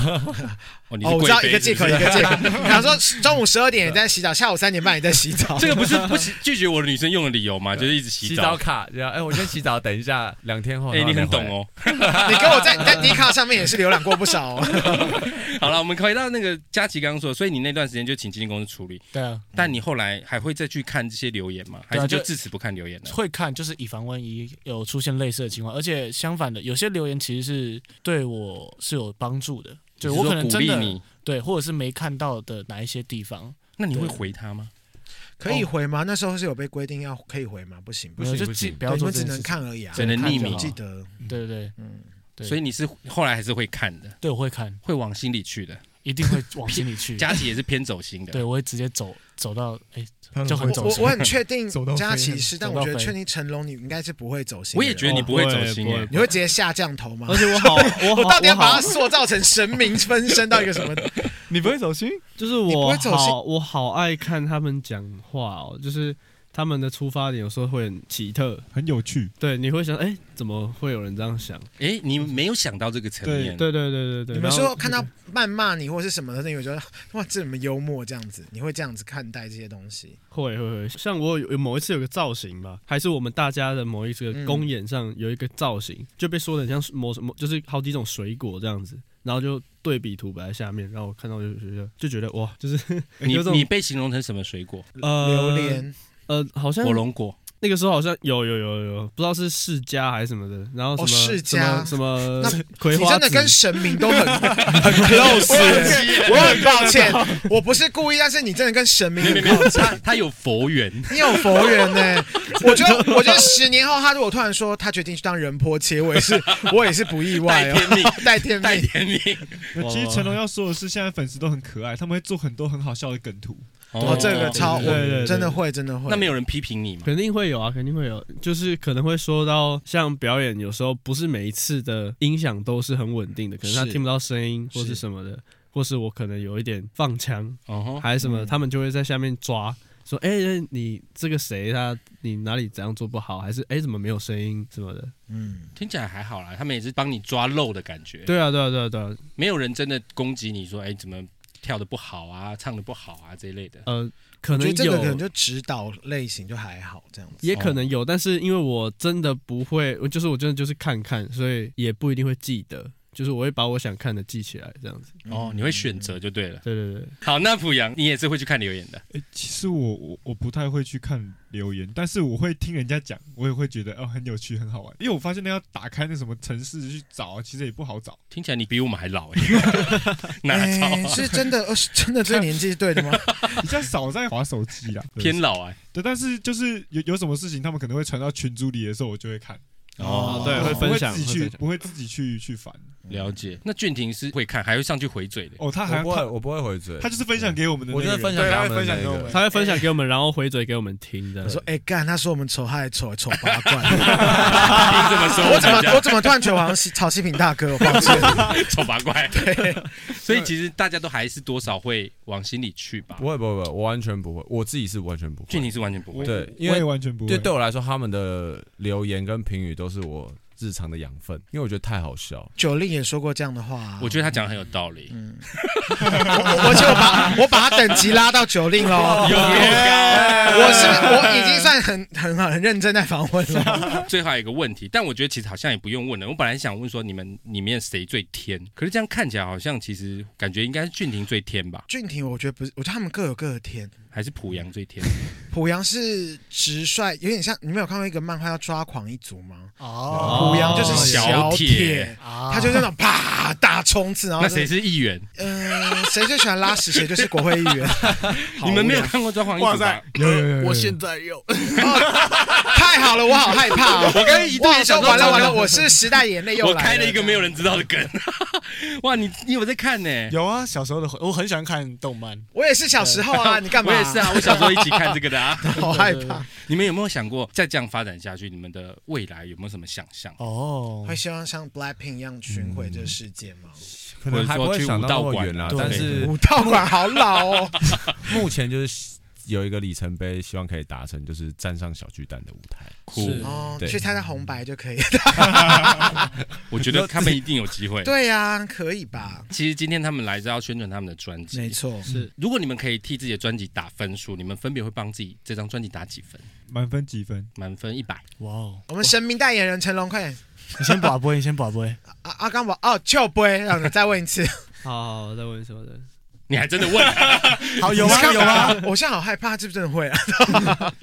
A: 哦，你是
C: 哦，我知道一
A: 贵妃
C: 个借口，一
A: 是不是
C: 个借口。想说中午十二点也在洗澡，下午三点半也在洗澡。
A: 这个不是不是拒绝我的女生用的理由吗？就是一直洗
F: 洗
A: 澡
F: 澡。卡，然后哎，我先洗澡，等一下，两天后，
A: 哎，你很懂哦。
C: 你跟我在你在迪卡上面也是浏览过不少哦。
A: 好了，我们回到那个佳琪刚刚说，所以你那段时间就请经纪公司处理，
E: 对啊，
A: 但你后来还会再去看这些留言吗？还
E: 对啊
A: 是就
E: 就
A: 至此不看留言了？
E: 会看，就是以防万一有出现类似的情况，而且相反的，有些留言其实是对我是有帮助的，对
A: 你
E: 我
A: 是说
E: 可能
A: 鼓
E: 真
A: 励
E: 的
A: 你，
E: 对，或者是没看到的哪一些地方，
A: 那你会回他吗？
C: 可以回吗？那时候是有被规定要可以回吗？不行，不
E: 没
C: 行，
E: 有就
F: 行不
E: 记
F: 行
E: 不要
C: 你
E: 做
C: 们
E: 这
C: 只
E: 件
C: 能
E: 事情，
C: 看而已啊，
A: 只能匿名
C: 我记得。
E: 对对对
C: 嗯，
E: 对
A: 所以你是后来还是会看的，
E: 对，我会看，
A: 会往心里去的。
E: 一定会往心 里去。
A: 佳琪也是偏走心的，
E: 对，我会直接走走到哎，
G: 他
E: 就很
C: 我
E: 走
C: 我
E: 心
C: 我很确定
G: 走到飞
C: 佳琪是，但我觉得
E: 走到飞
C: 确定成龙你应该是不会走心的 人。
A: 我也觉得你不会走心
B: 不会
A: 哎
B: 不。
C: 你会直接下降头 吗
B: 而？且我好，哦我好，
C: 我到底要把
B: 好
C: 他塑造成神明分身到一个什么？
E: 你不会走心？
B: 就是
C: 你不
B: 我
C: 会走心
B: 好，我好爱看他们讲话哦，就是他们的出发点有时候会很奇特，
D: 很有趣。
B: 对，你会想，哎，怎么会有人这样想？
A: 哎，你没有想到这个层面，
B: 对对对对对，
C: 你们
B: 然后
C: 说看到谩骂你或者是什么的，你会觉得哇，这怎么幽默这样子？你会这样子看待这些东西？
B: 会会会，像我有有某一次有个造型吧，还是我们大家的某一次
C: 嗯
B: 公演上有一个造型，就被说的很像是某什么，就是好几种水果这样子，然后就对比图摆在下面，然后我看到就觉得就觉得哇， 就是
A: 你
B: 有种
A: 你被形容成什么水果？
B: 呃
C: 榴莲，
B: 呃，好像
A: 火龙果。
B: 那个时候好像有有有有，不知道是世家还是什么的，然后什
C: 哦
B: 么、
C: 世家
B: 什么
C: 那
B: 什么
C: 你
B: 葵花
C: 真的
B: 籽
C: 跟神明都很很 close 欸。我很抱歉，我不是故意，但是你真的跟神明
A: 没没
C: 很
A: 没，他他有佛缘，
C: 你有佛缘呢、我觉得，我觉得十年后，他如果突然说他决定去当人婆切，我也是，我也是不意外
A: 带
C: 哦。
A: 天命，
C: 带 天
A: 带
C: 命，
A: 天命。
D: 那其实成龙要说的是，现在粉丝都很可爱，他们会做很多很好笑的梗图。
C: 哦，这个超，
B: 对对对
C: 我
B: 对
C: 真的会，真的会。
A: 那没有人批评你吗？
B: 肯定会有啊，肯定会有，就是可能会说到像表演，有时候不是每一次的音响都是很稳定的，可能他
F: 是
B: 听不到声音或
C: 是
B: 是什么的，或是我可能有一点放枪
A: 哦吼，
B: 还是什么，
C: 嗯
B: 他们就会在下面抓。说哎、你这个谁他你哪里怎样做不好，还是哎、怎么没有声音什么的？
C: 嗯，
A: 听起来还好啦，他们也是帮你抓漏的感觉。
B: 对啊对啊对啊对啊，
A: 没有人真的攻击你说，哎，怎么跳的不好啊，唱的不好啊这一类的。
B: 呃，可
C: 我觉
B: 能
C: 得这个可
B: 有
C: 能就哦指导类型就还好 这样子。
B: 也可能有，但是因为我真的不会，我就是我真的就是看看，所以也不一定会记得，就是我会把我想看的记起来这样子。
A: 哦，你会选择就对了。
B: 对对对，
A: 好，那濮阳，你也是会去看留言的。
D: 诶，其实我我我不太会去看留言，但是我会听人家讲，我也会觉得哦很有趣，很好玩。因为我发现那要打开那什么城市去找，其实也不好 找。
A: 听起来你比我们还老哎，哪
C: 哎，
A: 招啊？
C: 是真的，呃，是真的这个年纪是对的吗？
D: 比较少在划手机 啦，对
A: 偏老哎。
D: 对，但是就是有有什么事情，他们可能会传到群组里的时候，我就会看，
A: 哦
B: 对会
D: 不会
B: 分享
D: 自己
B: 会
D: 去，
B: 分享
D: 不会自己去去烦。
A: 了解。那俊廷是会看，还会上去回嘴的。
D: 哦，他还
F: 我不会，
D: 他
F: 我不会回嘴，
D: 他就是分享给我们的那
F: 我
D: 个
F: 真
D: 人，
F: 的分享
D: 对
F: 给他
D: 他
F: 们
D: 会分享
F: 那
D: 给我
F: 个
D: 们。
B: 他会分享给我们，然后回嘴给我们听的
C: 我。 说，哎干，他说我们丑害丑丑八怪，
A: 你怎么说？
C: 我怎么我怎么突然觉得我好像是曹希平大哥？我抱歉，
A: 丑八怪？所以其实大家都还是多少会往心里去吧
F: 不。会不会，不会我完全不会，我自己是完全不
A: 俊
F: 会。
A: 廷是完全不
D: 我
A: 会。
F: 对因为
D: 我也完全不
F: 对，
D: 会。
F: 对我来说，他们的留言跟评语都是我日常的养分，因为我觉得太好笑了。
C: 九令也说过这样的话啊。
A: 我觉得他讲的很有道理。
E: 嗯
C: 我我就把我把他等级拉到九 令喽。我是我已经算很很好很认真在访问了。
A: 最后还有一个问题，但我觉得其实好像也不用问了。我本来想问说你们里面谁最天，可是这样看起来好像其实感觉应该是俊廷最天吧，
C: 俊廷，我觉得不是，我觉得他们各有各的天。
E: 嗯
A: 还是濮阳最天？
C: 濮阳是直率，有点像你们有看过一个漫画叫《抓狂一族》吗？
E: 哦，
C: 濮阳就是
A: 小
C: 小
A: 铁
C: 铁，
E: 啊
C: 他就是那种啪大冲刺，然后
A: 哦那谁是议员？
C: 嗯，谁最喜欢拉屎，谁就是国会议员。
A: 你们没有看过《抓狂一族》
E: 哇
A: 吧
E: 塞？
D: 有有有有有
E: 我现在有，
C: 太好了，我好害怕、哦。我刚一
A: 度
C: 哇，
A: 想说
C: 完了
A: 糟糕
C: 完了，我是时代眼泪又来
A: 我
C: 了。
A: 开了一个没有人知道的梗， 哇！你你有在看呢、
E: 有啊，小时候的我很喜欢看动漫，
C: 我也是小时候 啊，你干嘛？
A: 我也是，啊，我小时候一起看这个的啊。
C: 好害怕。
A: 你们有没有想过，再这样发展下去，你们的未来有没有什么想 象？
E: 哦
C: 会，希望像 Blackpink 一样巡回这个世界吗？
A: 嗯
F: 可能还不会想到那么远啦
D: 啊
A: 或。者说
F: 啊但
A: 去
F: 是
C: 武道馆好老哦，
F: 目前就是有一个里程碑，希望可以达成，就是站上小巨蛋的舞台。
A: 酷
B: 是
C: 哦，
F: 对
C: 去参加红白就可以。
A: 我觉得他们一定有机会。
C: 对呀、可以吧？
A: 其实今天他们来是要宣传他们的专
C: 没
A: 辑。
C: 错，
B: 是
A: 如果你们可以替自己的专辑打分数，你们分别会帮自己这张专辑打几 分？
D: 满分几分？
A: 满分一百，
E: 哇哦，
C: 我们神明代言人成龙，快点
E: 你先把播，你先把播，
C: 啊啊！刚我哦，就不会让你再问一次。
B: 好好，我再问什么的？
A: 你还真的 问、
E: 好有啊有啊，
C: 我现在好害怕，是不是真的会啊？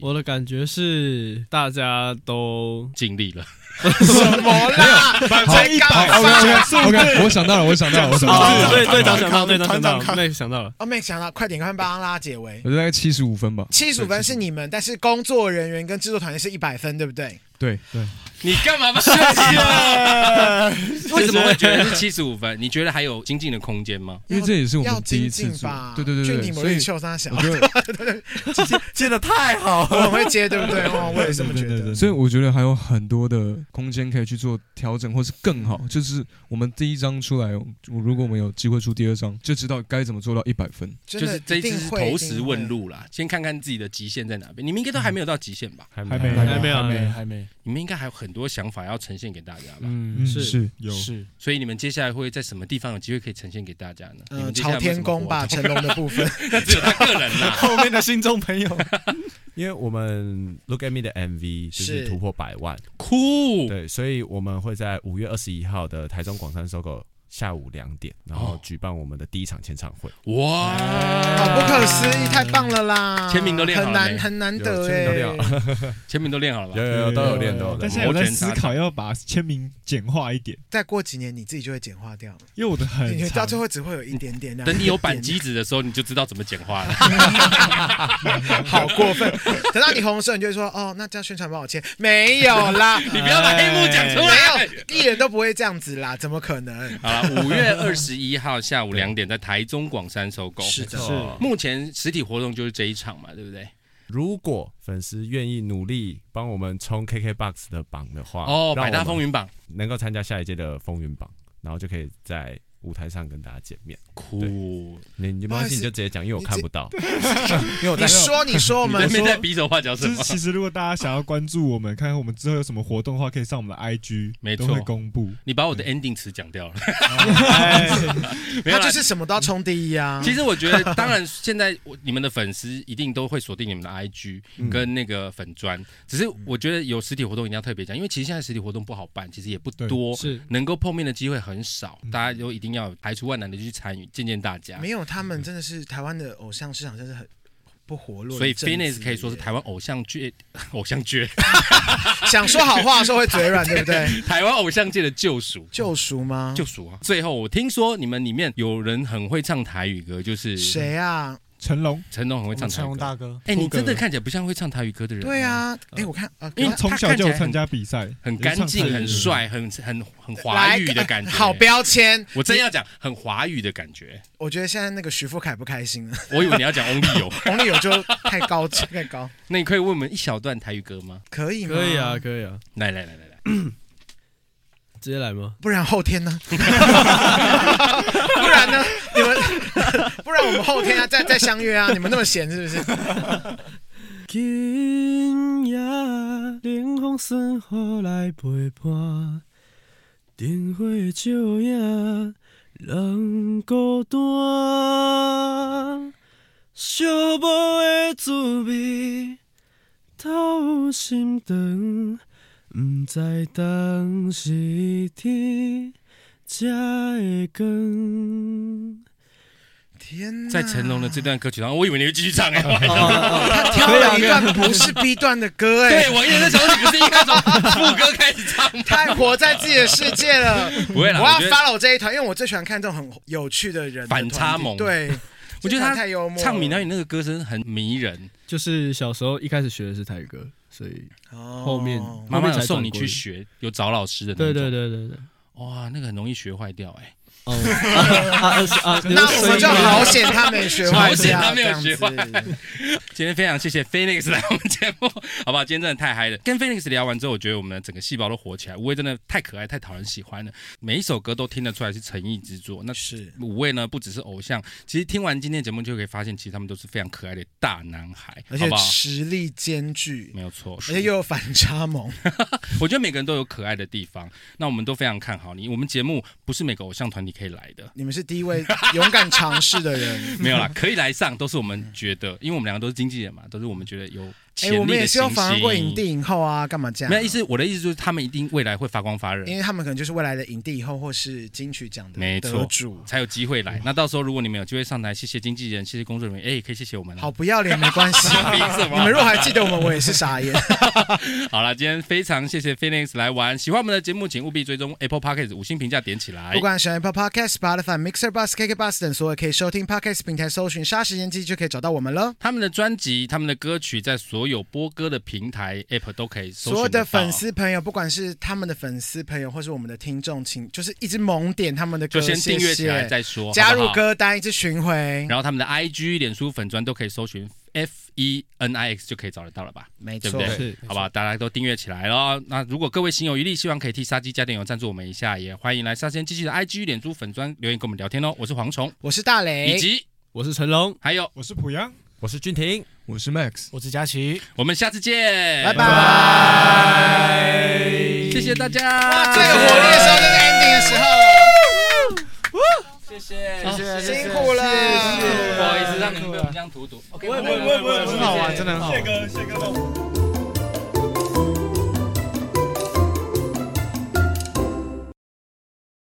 B: 我的感觉是大家都
A: 尽力了。
C: 什么啦？反正刚
G: 好
C: 发。
G: ，OK OK，我想到了，我想到了，我想到
B: 哦，
G: 了，
B: 对对，长想到，对，长
E: 团长
B: 想到，
E: 看
B: 对，想到了。
C: 哦，没想到，快点，快点帮拉解围。
G: 我觉得大概七十五分吧。
C: 七十五分是你们，但是工作人员跟制作团队是一百分，对不对？
G: 对对，
A: 你干嘛不生气 啊？为什么会觉得是七十五分？你觉得还有精进的空间吗？
G: 因为这也是我
C: 要
G: 们第
C: 精
G: 一次
C: 进
G: 做
C: 吧，，
G: 对对
C: 就
G: 对
C: 你
G: 对，
C: 们
G: 所以
C: 会受伤小
G: 我，觉得。
F: 接的太好，
C: 我很会接，对不对？哦，我也这么觉
D: 对对对
C: 得。
D: 对
G: 所以我觉得还有很多的空间可以去做调整，或是更好。就是我们第一张出来，我如果我们有机会出第二张，就知道该怎么做到一百分。
C: 真
A: 就
C: 的
A: 是这一
C: 一
A: 次
C: 定
A: 是
C: 会
A: 投石问。
C: 一定会
A: 路啦，先看看自己的极限在哪边。你们应该都还没有到极限吧？
F: 还
D: 还没
B: 哎还没有还
E: 还
B: 没
E: 没还没，
A: 你们应该还有很多想法要呈现给大家吧？
E: 嗯
B: 是
D: 是有
E: 是，
A: 所以你们接下来会在什么地方有机会可以呈现给大家呢？你
C: 嗯，
A: 们接下来有
C: 朝
A: 没有什
C: 天
A: 么
C: 宫吧，
A: 活动
C: 成龙的部分。
A: 那 只有他个人 啦。
E: 后面的心中 朋友，
F: 因为我们 Look at Me 的 MV 就是
C: 是
F: 突破百万，
A: 酷，
F: 对，所以我们会在五月二十一号的台中广山搜狗下午两点，然后
A: 哦
F: 举办我们的第一场签唱会。
A: 哇，
C: 好啊不可思议，太棒了啦！
A: 啊签名都练好
C: 很
A: 了没
C: 难很难
F: 有
C: 得
F: 签名都练
C: 哎。
A: 签名都练好了
F: 有
A: 吧？
F: 有有，都有练都有
D: 但
F: 练。
D: 现在我在思考要把签名简化一点，
C: 再过几年你自己就会简化 掉，
D: 因为我的很
C: 你觉得到
D: 长
C: 最。后只会有一点点。
A: 等你有
C: 板
A: 板机子的时候，你就知道怎么简化 了。
C: 好过分。等到你红的时候，你就会说哦，那这样宣传帮我签，没有啦，
A: 你不要把黑幕讲出来
C: 没。有，艺人都不会这样子啦，怎么可能？
A: 好了，五月二十一号下午两点在台中广山收购。
C: 是的，
F: 是
A: 目前实体活动就是这一场嘛，对不对？
F: 如果粉丝愿意努力帮我们冲 KKBOX 的榜的话，
A: 哦，
F: 啊让
A: 百
F: 我
A: 大
F: 们
A: 风云榜，
F: 能够参加下一届的风云榜，然后就可以在舞台上跟大家见面。
A: 酷。
F: 你你没关系，你就直接讲，因为我看不到，因为我在
C: 你说 你说我
A: 你在那
C: 们
A: 边在比手画脚什
D: 就是
A: 么？
D: 其实如果大家想要关注我们，看看我们之后有什么活动的话，可以上我们的 IG，
A: 没错
D: 都会公布。
A: 你把我的 ending 词讲 掉了。
F: 哎
A: 没有
C: 他
A: 啦
C: 就是什么都要冲第一啊。
A: 其实我觉得，当然现在我你们的粉丝一定都会锁定你们的 IG
E: 嗯
A: 跟那个粉砖，只是我觉得有实体活动一定要特别讲，因为其实现在实体活动不好办，其实也不多，
B: 是
A: 能够碰面的机会很少，
E: 嗯
A: 大家都一定要排除万难的去参与，见见大家
C: 没。有他们真的是台湾的偶像市场，真是很不活络。
A: 所以 f
C: 真
A: i
C: 的
A: n i s 可以说是台湾偶像界 偶像界
C: 想说好话的时候会嘴软，对不对？
A: 台湾偶像界的救赎。
C: 救赎吗？
A: 救赎啊！最后我听说你们里面有人很会唱台语歌，就是
C: 谁啊？
D: 成龙，
A: 成龙很会唱台
E: 成
A: 语
E: 龙
A: 歌。
E: 大哥，
A: 哎，你真的看起来不像会唱台语歌的人。呃
C: 对，啊，哎，我看啊，
A: 因为
C: 可
A: 他
D: 从小就有
A: 看
D: 参
A: 起来
D: 加比赛，
A: 很干净、
D: 有唱
A: 很
D: 歌
A: 帅、很很很华语的感觉。
C: 好标签。
A: 我真要讲很华语的感觉，
C: 我觉得现在那个徐富凯不开心 了，
A: 我以为你要讲 Only 有，
C: 红利友就太高太高，
A: 那你可以为我们一小段台语歌吗？
C: 可以吗？
B: 可以啊，，可以啊，
A: 来来来来来，
B: 直接来吗？
C: 不然后天 呢？不然呢？你们 不然我们后天啊，再再相约啊！你们那么闲是不是？
B: 今夜冷风酸雨来陪伴，灯火的照影，人孤单。寂寞的滋味，透心肠，不知当时天才会光。
C: 天哪，
A: 在成龙的这段歌曲当中，我以为你会继续 唱哎、
C: 他挑了一段不是 B 段的歌，哎
A: 对，，我一直在想说你不是应该从 副歌开始唱吗？
C: 太活在自己的世界 了。
A: 不会啦，
C: 我
A: 我
C: 要
A: 觉得
C: follow 这一团，因为我最喜欢看这种很有趣的人的
A: 反差
C: 团体
A: 萌
C: 对，
A: 我觉得
C: 这团
A: 他
C: 太幽默了，
A: 唱闽南语那个歌声很迷人，
B: 就是小时候一开始学的是台语歌，所以
C: 哦
B: 后面
A: 妈妈
B: 后面
A: 有
B: 才
A: 送
B: 转
A: 你
B: 国
A: 去
B: 语
A: 学，有找老师的那种。
B: 对对对对对。
A: 哇，那个很容易学坏掉哎、
B: 哦，啊啊啊啊！
C: 那我们就好险他没学坏，
A: 好险他没有学坏
C: 这样子。
A: 今天非常谢谢 Phoenix 来我们节目，好不好？今天真的太嗨了。跟 Phoenix 聊完之后，我觉得我们的整个细胞都活起来。五位真的太可爱，太讨人喜欢了，每一首歌都听得出来是诚意之作。 那
C: 是
A: 五位呢，不只是偶像，其实听完今天的节目就可以发现，其实他们都是非常可爱的大男孩，
C: 而
A: 好
C: 且
A: 不好？
C: 实力兼具，
A: 没有错，
C: 而且又有反差萌，
A: 我觉得每个人都有可爱的地方，那我们都非常看好你。我们节目不是每个偶像团体可以来的，
C: 你们是第一位勇敢尝试的人。
A: 没有 啦，可以来上都是我们觉得，因为我们两个都是经纪人嘛，都是我们觉得有
C: 哎
A: 潜，力的
C: 我们也是有
A: 新
C: 反而过影
A: 星
C: 帝影后啊，干嘛这样？
A: 没有意，思，我的意思就是他们一定未来会发光发热
C: 因，为他们可能就是未来的影帝影后或是金曲奖的
A: 没错嗯
C: 得主。
A: 才有机会
C: 嗯
A: 来。那到时候如果你们有机会上台，谢谢经纪人，谢谢工作人员，哎，也可以谢谢我们啊。
C: 好，不要脸没关
A: 。
C: 系
A: 凭什
C: 你们
A: 么？
C: 若还记得我们，我也是 傻眼。
A: 好了，今天非常谢谢 Phoenix 来玩，喜欢我们的节目，请务必追踪 Apple Podcast 五星评价点起来
C: 不。管是 Apple Podcast、Spotify、Mixer、Bus、KK Bus 等所有可以收听 Podcast 平台，搜寻“杀时间机”就可以找到我们了。
A: 他们的专辑、他们的歌曲，在所有播歌的平台 App 都可以搜寻
C: 所有
A: 得
C: 的
A: 到
C: 粉丝朋友，不管是他们的粉丝朋友，或是我们的听众，请就是一直猛点他们的歌，
A: 就先订阅起来
C: 谢谢
A: 再说，
C: 加
A: 好不
C: 入
A: 好。
C: 歌单，一直巡回。
A: 然后他们的 IG、脸书粉砖都可以搜寻 F E N I X 就可以找得到了吧？
C: 没
A: 对
C: 错
A: 不，对？
B: 是
A: 好吧，大家都订阅起来喽。那如果各位心有余力，希望可以替杀鸡加点油赞助我们一下，也欢迎来杀鸡继续的 IG、脸书粉砖留言跟我们聊天哦。我是蝗虫，
C: 我是大雷
D: 哎
A: 以，及
B: 我是成龙，
A: 还有，
D: 我是濮阳。
F: 我是俊廷。
G: 我是 Max，
E: 我是佳琪，
A: 我们下次见，
C: 拜。拜。
A: 谢谢大家，
C: 最有活力的时候就是 ending 的时候，
E: 谢
C: 辛苦了，
A: 不好意思，让你们被我们这样荼毒。
C: 啊
D: 不会不会不会，
E: 很好玩，真的很好玩。
D: 谢哥谢哥帮我。